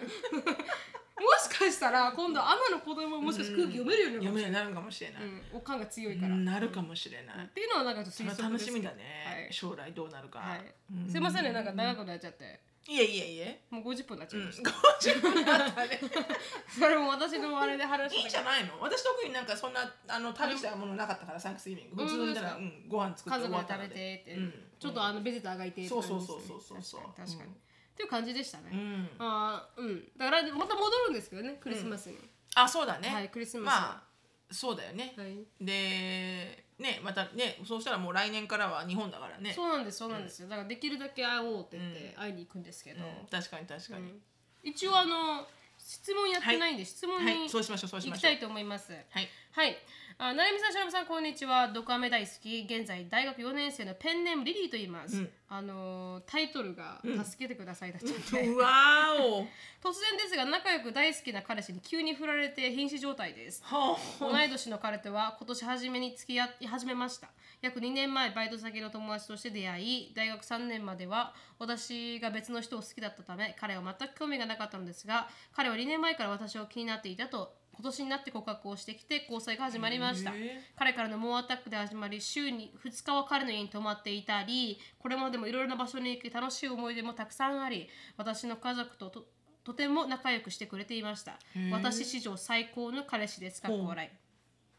A: もしかしたら今度アナの子供ももしかして空気読めるようにな
B: 読
A: る
B: めるようになるかもしれない、
A: うん、おかんが強いか
B: う
A: ら、
B: ん
A: っ
B: なるかもしれない、
A: ていうのはなんかちょっと
B: そ
A: 推
B: れは
A: 測で
B: 楽
A: す
B: しみだね、
A: はい
B: 将来どうなるか、
A: はい
B: うん
A: すいませんねなんか長くなっちゃって
B: いえいえいえ
A: もう50分になっちゃいました、
B: 50分だったね
A: それも私のあれで話
B: いいん
A: し
B: じ
A: た
B: ゃないの私特になんかそんなあの旅したものなかったからサンクスイミング普通にだから、うん、ご飯作っ
A: 家
B: て終
A: 族
B: わ
A: が
B: った
A: 食
B: の
A: べ
B: で
A: てって、
B: うん
A: ちょっとあのベジターがいてって
B: そ
A: 感
B: う
A: じ
B: そ
A: で
B: う
A: すよね
B: そうそうそうそう
A: 確かに確かに、
B: うん
A: っていう感じでしたね、
B: うん
A: あーうんだからまた戻るんですけどねクリスマスに、
B: あそうだね、
A: はいクリスマス
B: まあそうだよね、
A: はい
B: でねまたねそうしたらもう来年からは日本だからね
A: そうなんですそうなんですよ、だからできるだけ会おうって言って会いに行くんですけど、
B: うん確かに確かに、
A: 一応あの質問やってないんで、質問に
B: はいそう
A: 行
B: しましょうそうしま
A: き
B: しょ
A: た
B: う
A: いと思います、
B: はい
A: はい。あ、なるみさん、しのぶさん、こんにちは。ドクアメ大好き。現在、大学4年生のペンネームリリーと言います。
B: うん
A: あのータイトルが、助けてくださいだったんで、
B: うわーお
A: 突然ですが、仲良く大好きな彼氏に急に振られて、瀕死状態です。
B: は
A: 同い年の彼とは今年初めに付き合い始めました約2年前バイト先の友達として出会い大学3年までは私が別の人を好きだったため彼は全く興味がなかったのですが彼は2年前から私を気になっていたと今年になって告白をしてきて交際が始まりました、
B: へえ
A: 彼からの猛アタックで始まり週に2日は彼の家に泊まっていたりこれまでもいろいろな場所に行き楽しい思い出もたくさんあり私の家族とととても仲良くしてくれていました
B: へえ
A: 私史上最高の彼氏ですかっ
B: ほ
A: こ
B: う
A: 笑い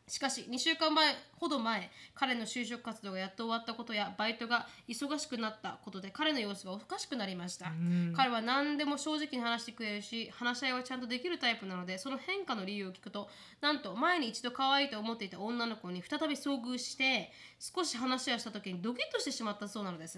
A: しかし2週間前ほど前彼の就職活動がやっと終わったことやバイトが忙しくなったことで彼の様子がおかしくなりました、彼は何でも正直に話してくれるし話し合いはちゃんとできるタイプなのでその変化の理由を聞くとなんと前に一度可愛いと思っていた女の子に再び遭遇して少し話をした時にドキッとしてしまったそうなのです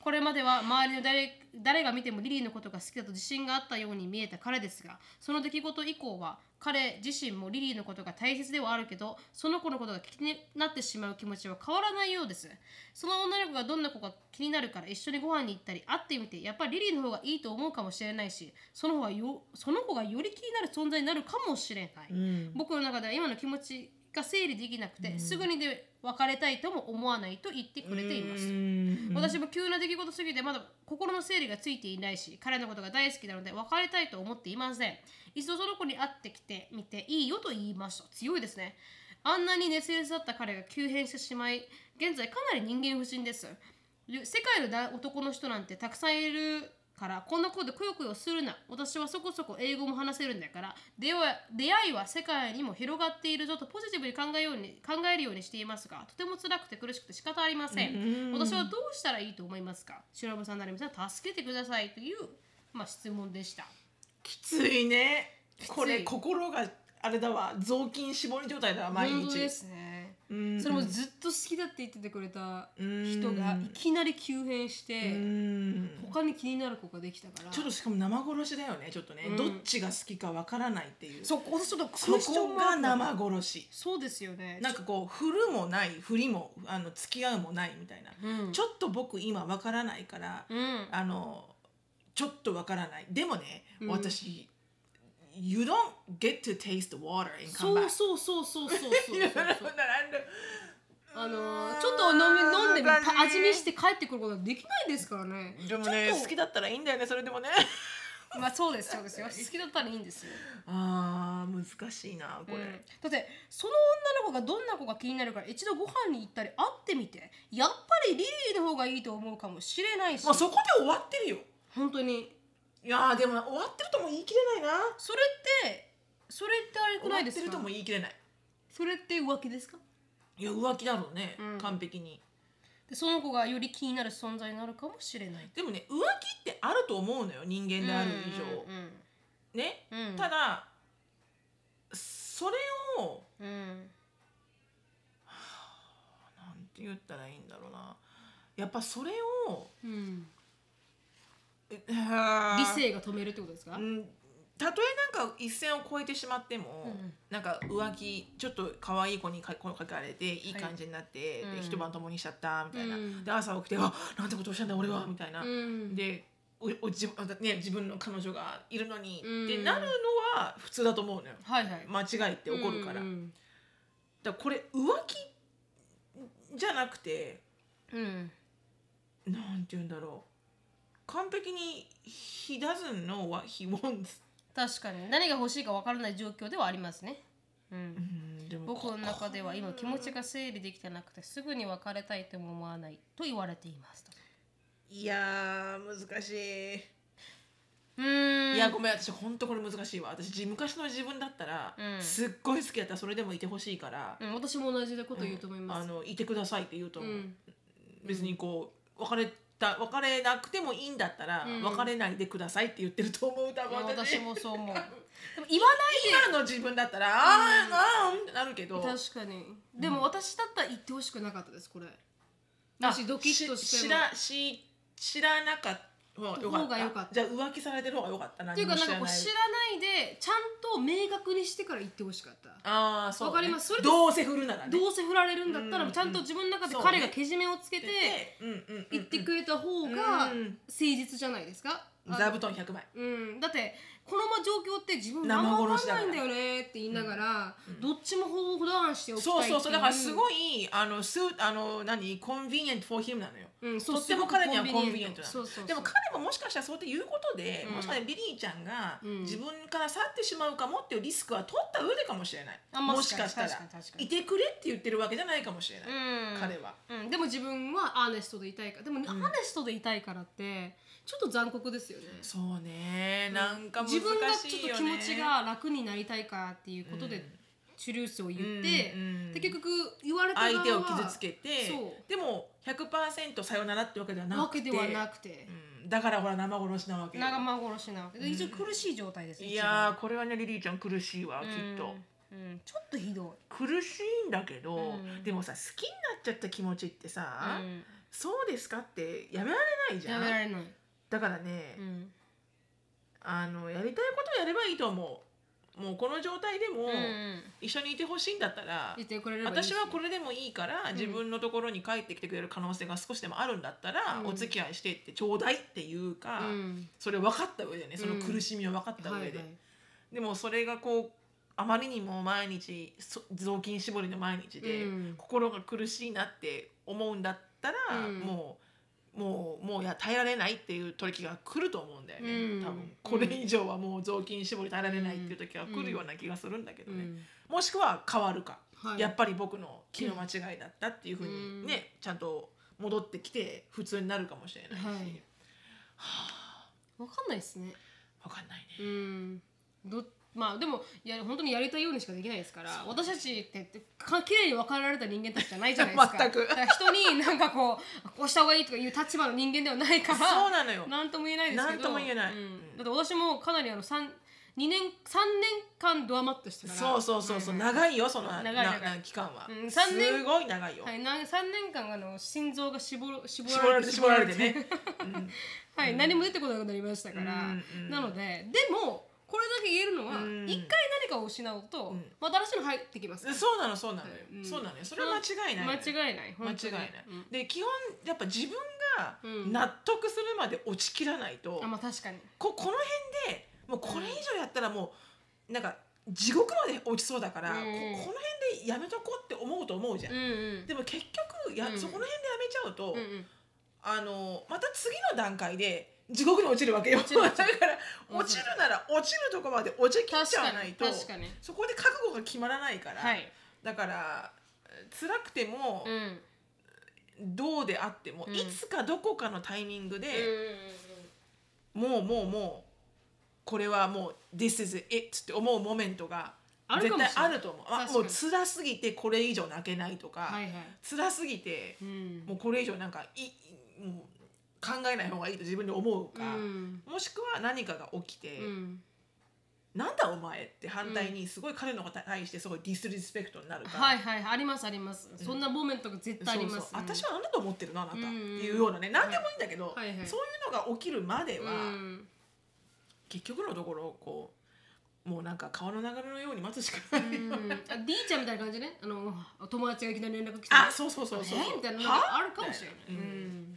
A: これまでは周りの誰誰が見てもリリーのことが好きだと自信があったように見えた彼ですがその出来事以降は彼自身もリリーのことが大切ではあるけどその子のことが気になってしまう気持ちは変わらないようですその女の子がどんな子か気になるから一緒にご飯に行ったり会ってみてやっぱりリリーの方がいいと思うかもしれないしその方がよその子がより気になる存在になるかもしれない、僕の中では今の気持ちが整理できなくて、すぐにで別れたいとも思わないと言ってくれています、私も急な出来事すぎてまだ心の整理がついていないし彼のことが大好きなので別れたいと思っていません一度その子に会ってきてみていいよと言いました強いですねあんなに熱烈だった彼が急変してしまい現在かなり人間不信です世界のだ男の人なんてたくさんいるからこんなことでくよくよするな私はそこそこ英語も話せるんだから出会い出会いは世界にも広がっているぞとポジティブに考えように考えるようにしていますがとても辛くて苦しくて仕方ありません、私はどうしたらいいと思いますか白山さん成美さん助けてくださいという、まあ、質問でした
B: きついね
A: つい
B: これ心があれだわ雑巾絞り状態だわ毎
A: 本当で
B: 日
A: すね
B: うん
A: それもずっと好きだって言っててくれた人
B: う
A: が
B: ん
A: いきなり急変し
B: う
A: て
B: ん
A: 他に気になる子ができたから
B: ちょっとしかも生殺しだよねちょっとね、
A: うん
B: どっちが好きかわからないっていう
A: そう私ちょっと
B: そ
A: クエスチョ
B: こ
A: ンマー
B: が
A: ク
B: 生殺し
A: そうですよね
B: なんかこう振るもない振りもあの付き合うもないみたいな、
A: うん
B: ちょっと僕今わからないから、
A: うん
B: あのちょっとわからないでもね、
A: うん
B: 私 You don't get to taste the water and come
A: そ
B: back
A: うそうそうそうそうそうそう
B: なんで
A: あのーちょっと飲み飲んでみ
B: うーん
A: た味見して帰ってくることはできないですからね
B: でもね
A: ちょっと
B: 好きだったらいいんだよねそれでもね
A: まあそうですそうですよ好きだったらいいんですよ、
B: あー難しいなこ
A: うん
B: れ、
A: だってその女の子がどんな子が気になるから一度ご飯に行ったり会ってみてやっぱりリリーの方がいいと思うかもしれないし
B: まあそこで終わってるよ
A: 本当に
B: いやーでも終わってるとも言い切れないな
A: それってそれってあれく
B: 終
A: な
B: わ
A: い
B: っ
A: で
B: て
A: す
B: る
A: か
B: とも言い切れない
A: それって浮気ですか
B: いや浮気だろうね、
A: うん
B: 完璧に
A: でその子がより気になる存在になるかもしれない
B: でもね浮気ってあると思うのよ人間である以上、ね、
A: うんうんうん
B: ただそれを
A: うんうん
B: なんて言ったらいいんだろうなやっぱそれを
A: うん
B: えあー
A: 理性が止めるってことですか、
B: うんたとえなんか一線を越えてしまっても、
A: うん
B: なんか浮気ちょっと可愛い子にか声かけられていい感じになって、
A: はい
B: で
A: うん
B: 一晩共にしちゃったみたいな、
A: うん
B: で朝起きて「あなんてことをしたんだ俺は」みたいな、
A: うん
B: でおお自分、ね、自分の彼女がいるのに、
A: うん
B: ってなるのは普通だと思うのよ
A: はいはい
B: 間違いって起こるから,、
A: うん
B: だからこれ浮気じゃなくて
A: うんうん
B: なんて言うんだろう完璧に「he doesn't know what he wants
A: 確かに何が欲しいか分からない状況ではありますね、う」、
B: うんんでも
A: 僕の中では今気持ちが整理できてなくてすぐに別れたいとも思わないと言われていますと
B: いやー難しい、
A: うーん
B: いやごめん私ほんとこれ難しいわ私じ昔の自分だったら、
A: うん
B: すっごい好きだったらそれでもいてほしいから、
A: うん、私も同じこと言うと思いま
B: あ
A: す、
B: のいてくださいって言うと
A: うん
B: 思う、別にこう別れた別れなくてもいいんだったら、
A: うん
B: 別れないでくださいって言ってると思う多
A: いや
B: 分
A: 私
B: 私
A: もそう 思うでも言わないで
B: 今の自分だったら、あーあーうんってなるけど
A: 確かにでも私だったら言ってほしくなかったですこれもしドキッとしても
B: 知らし知らなかった方が
A: 方
B: よかった
A: がよかった
B: じゃあ浮気されてる方がよかったな
A: っていうかなんかこう知らないでちゃんと明確にしてから言ってほしかった
B: ああーそう、
A: わかりますそれで
B: どうせ振るならね
A: どうせ振られるんだった
B: う
A: ら
B: ん
A: ちゃんと自分の中で
B: そうね
A: 彼がけじめをつけて
B: うんうんうんうん
A: 言ってくれた方が
B: うん
A: 誠実じゃないですか、あ
B: 座布団100枚
A: うん、だってこの状況って自分何も分かんないんだよねって言いながら、どっちもほぼ普段しておきたい
B: そうそうそうだからすご
A: い、
B: いあのスーあの何コンビニエントフォーヒムなのよ
A: うん、そう
B: とっても彼にはコンビニエントなの
A: そうそうそう
B: でも彼ももしかしたらそうやって言うことで、
A: うん
B: もしかしたらリリーちゃんが
A: うん
B: 自分から去ってしまうかもっていうリスクは取った上でかもしれない、
A: あ
B: もしかしたら
A: 確かに確かに
B: いてくれって言ってるわけじゃないかもしれない、
A: うん
B: 彼は
A: うん、でも自分はアーネストでいたいからでも、アーネストでいたいからってちょっと残酷ですよね
B: そうねなんか難しい
A: 自
B: よね
A: 分がちょっと気持ちが楽になりたいからっていうこと
B: う
A: で
B: ん
A: チュルースを言って、
B: うんうん
A: で結局言われた側
B: 相
A: は
B: 手を傷つけて
A: そう
B: でも100%さよならってわけではなくて
A: わけではなくて、
B: うんだからほら生殺しなわけよ
A: 長間殺しなわけで一応苦しい状態ですね
B: いやーこれはねリリーちゃん苦しいわき
A: 一
B: っ
A: 番
B: と
A: うん、うんちょっとひど
B: 苦しいんだけど、
A: うん
B: でもさ好きになっちゃった気持ちって
A: い、
B: さ、
A: うん、
B: そうですかってやめられないじゃ
A: や
B: ん
A: められない、
B: だからね、
A: うん、
B: あのやりたいことやればいいと思もうこの状態でも
A: ん
B: 一緒にいてほしいんだったら、
A: 言ってくれればいいし
B: 私はこれでもいいから自分のところに帰ってきてくれる可能性が少しでもあるんだったら、
A: うん
B: お付き合いしてってちょうだいっていうか、
A: うん
B: それを分かった上でねその苦しみを分かった
A: はい
B: 上
A: は
B: で、
A: い
B: でもそれがこうあまりにも毎日そ雑巾絞りの毎日で、
A: うん
B: 心が苦しいなって思うんだったら、
A: うん
B: もうもうもういや耐えられないっていう時が来ると思うんだよね、
A: うん
B: 多分これ以上はもう雑巾絞り耐えられないっていう時が来るような気がするんだけどね、もしくは変わるか、
A: はい
B: やっぱり僕の気の間違いだったっていうふうにね、ちゃんと戻ってきて普通になるかもしれないし、
A: はい
B: は
A: わかんないですね
B: あ、分かんないね。
A: うんどまあでもいや本当にやりたいようにしかできないですから私たちってってか綺麗に分かられた人間たちじゃないじゃないですか
B: 全く
A: だから人になんかこうこうした方がいいとかいう立場の人間ではないから
B: そうなのよ
A: なんとも言えないですけど
B: なんとも言えない
A: うん、だって私もかなりあの三二年3年間ドアマットしてたから
B: そうそうそうそう、
A: はいはい
B: 長いよその
A: 長い長い
B: なな期間は、
A: うん三年
B: すごい長いよ、
A: はい、な3年間あの心臓が絞る絞
B: 絞られて絞られてね、
A: はい、何も出てこなくなりましたから、
B: うんうん
A: なのででもこれだけ言えるのは一、
B: うん
A: 回何かを失うと、
B: ん
A: また新しいの入ってきます、
B: うんそうなのそうなのよ、
A: うん
B: そうなのよそれは間違いないのよ、
A: 間違いない
B: 間
A: 本当
B: 違い
A: に
B: ない、
A: うん
B: で基本やっぱ自分が
A: うん
B: 納得するまで落ちきらないと、
A: あまあ確かに
B: ここの辺でもうこれ以上やったらもうなんか地獄まで落ちそうだか
A: う
B: ら、
A: ん
B: ここの辺でやめとこうって思うと思うじゃん、
A: うんうん
B: でも結局や、
A: うん
B: そこの辺でやめちゃうと、
A: うんうん
B: あのまた次の段階で地獄に落ちるわけよ
A: 落ちる
B: だ
A: 落ち
B: から 落
A: 落ち
B: ち
A: る
B: るなら落ちるとこまで落ちきっ
A: 確
B: ちゃ
A: か
B: わない
A: に
B: と
A: 確かに
B: そこで覚悟が決まらないから、
A: はい
B: だから辛くても
A: うん、うんうんうん
B: どうであっても、
A: うん
B: いつかどこかのタイミングで、もうもうもうこれはもう「This is it」って思うモメントが
A: あるかも
B: 絶
A: しれ
B: 対
A: ない
B: あると思う。あ
A: 確か
B: も
A: に
B: う辛すぎてこれ以上泣けないとか、
A: はいはい
B: 辛すぎて
A: うん
B: もうこれ以上なんかいいもう考えない方がいいと自分で思うか。
A: うん
B: もしくは何かが起きて「
A: うん
B: なんだお前」って反対にすごい彼のことに対してすごいディスリスペクトになるから、
A: はいはいありますあります、そんなモーメントが絶対あります
B: そうそう私は何だと思ってるのあなた、
A: うん
B: っていうようなね何でもいいんだけど、
A: はいはい
B: そういうのが起きるまで
A: う
B: は、
A: ん
B: 結局のところこうもうなんか川の流れのように待つしか
A: う
B: ない、
A: ん、あ D ちゃんみたいな感じねあの友達がいきなり連絡来てね
B: あそうそうそうそう、
A: えーみたいなの
B: は
A: があるかもしれない、
B: みた
A: う
B: いなうん
A: ん、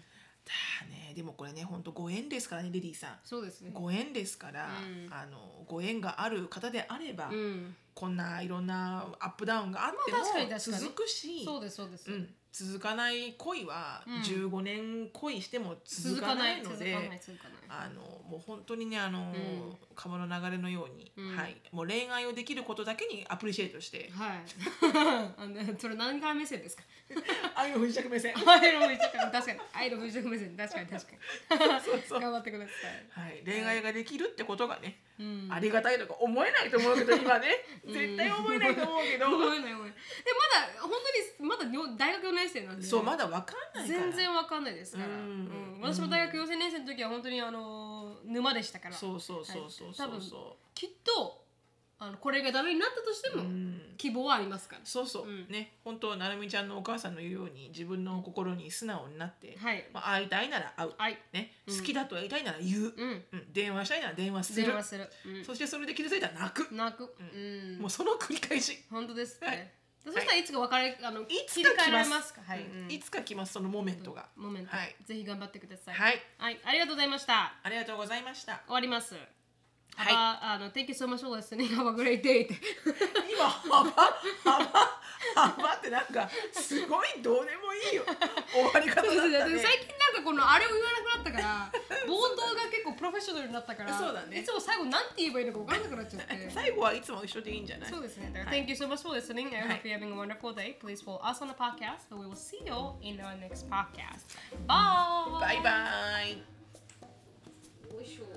B: だねでもこれね本当ご縁ですからねリリーさん
A: そうですね
B: ご縁ですから、
A: うん
B: あのご縁がある方であれば、
A: うん、
B: こんないろんなアップダウンがあっても
A: まあ確かに確かに
B: 続くし、
A: そうですそうです、
B: うん、続かない恋は
A: うん
B: 15年恋しても続
A: 続
B: か
A: か
B: な
A: ないい
B: の
A: 続か
B: で、
A: ない続かない
B: あのもう本当にねあの、
A: ん
B: 川の流れのように、
A: うん
B: はい、もう恋愛をできることだけにアプリシエイトして
A: はいあのそれ何回目線ですか
B: 愛の不時着目線は
A: アイロン一着確かにアイロン一着目線確かに確か
B: そうそう
A: に頑張ってください
B: い、恋愛ができるってことがね、
A: うん
B: ありがたいとか思えないと思うけど今ね
A: うん
B: 絶対思えないと思うけど、
A: 思えない思えないでまだ本当にまだよ大学4年生なんで
B: そうまだわかんないから
A: 全然わかんないですから、
B: うん
A: うん私も大学4年生の時は本当にあの沼でしたから
B: そうそうそうそうそ
A: は
B: う
A: い
B: そ
A: きっとあのこれがダメになったとして
B: う、
A: も、
B: うん
A: 希望はありますから
B: そうそう、
A: うん
B: ね本当なるみちゃんのお母さんの言うように自分の心に素直になって、
A: はい
B: まあ、会いたいなら会う、
A: はい
B: ね、
A: うん
B: 好きだと言いたいなら言う、
A: うん
B: うん電話したいなら電話する
A: 電話する、うん
B: そしてそれで傷ついたら泣く、
A: 泣く、
B: う
A: うん、
B: もうその繰り返しい
A: 本当です
B: は
A: ね。
B: い
A: そしたらいつか別れ、あの、
B: つ
A: 切り
B: か
A: 替
B: 来
A: え
B: ま
A: ら
B: す
A: れますか。はい、
B: うん
A: うん
B: いつか来ますそのモメントが、
A: モメント、
B: はい
A: ぜひ頑張ってください。
B: はい
A: はい、ありがとうございました。
B: ありがとうございました
A: 終わります。
B: はい
A: ああの、thank you so much for listening. Have a great day. って
B: 今幅幅幅ってなんかすごいどうでもいいよ終わり方
A: そうですね
B: だ
A: だった
B: っ
A: て
B: ね
A: 最近なんかこのあれを言わなくなったから 冒頭が結構プロフェッショナルになったから
B: そうだね
A: いつも最後なんて言えばいいのか分からなくなっちゃって
B: 最後はいつも一緒でいいんじゃな い
A: そうですね。だから、
B: はい
A: Thank you so much for listening. I
B: は
A: hope
B: い
A: you're having a wonderful day. Please follow us on the podcast. and We will see you in our next podcast. Bye.
B: バイバイ
A: よいしょ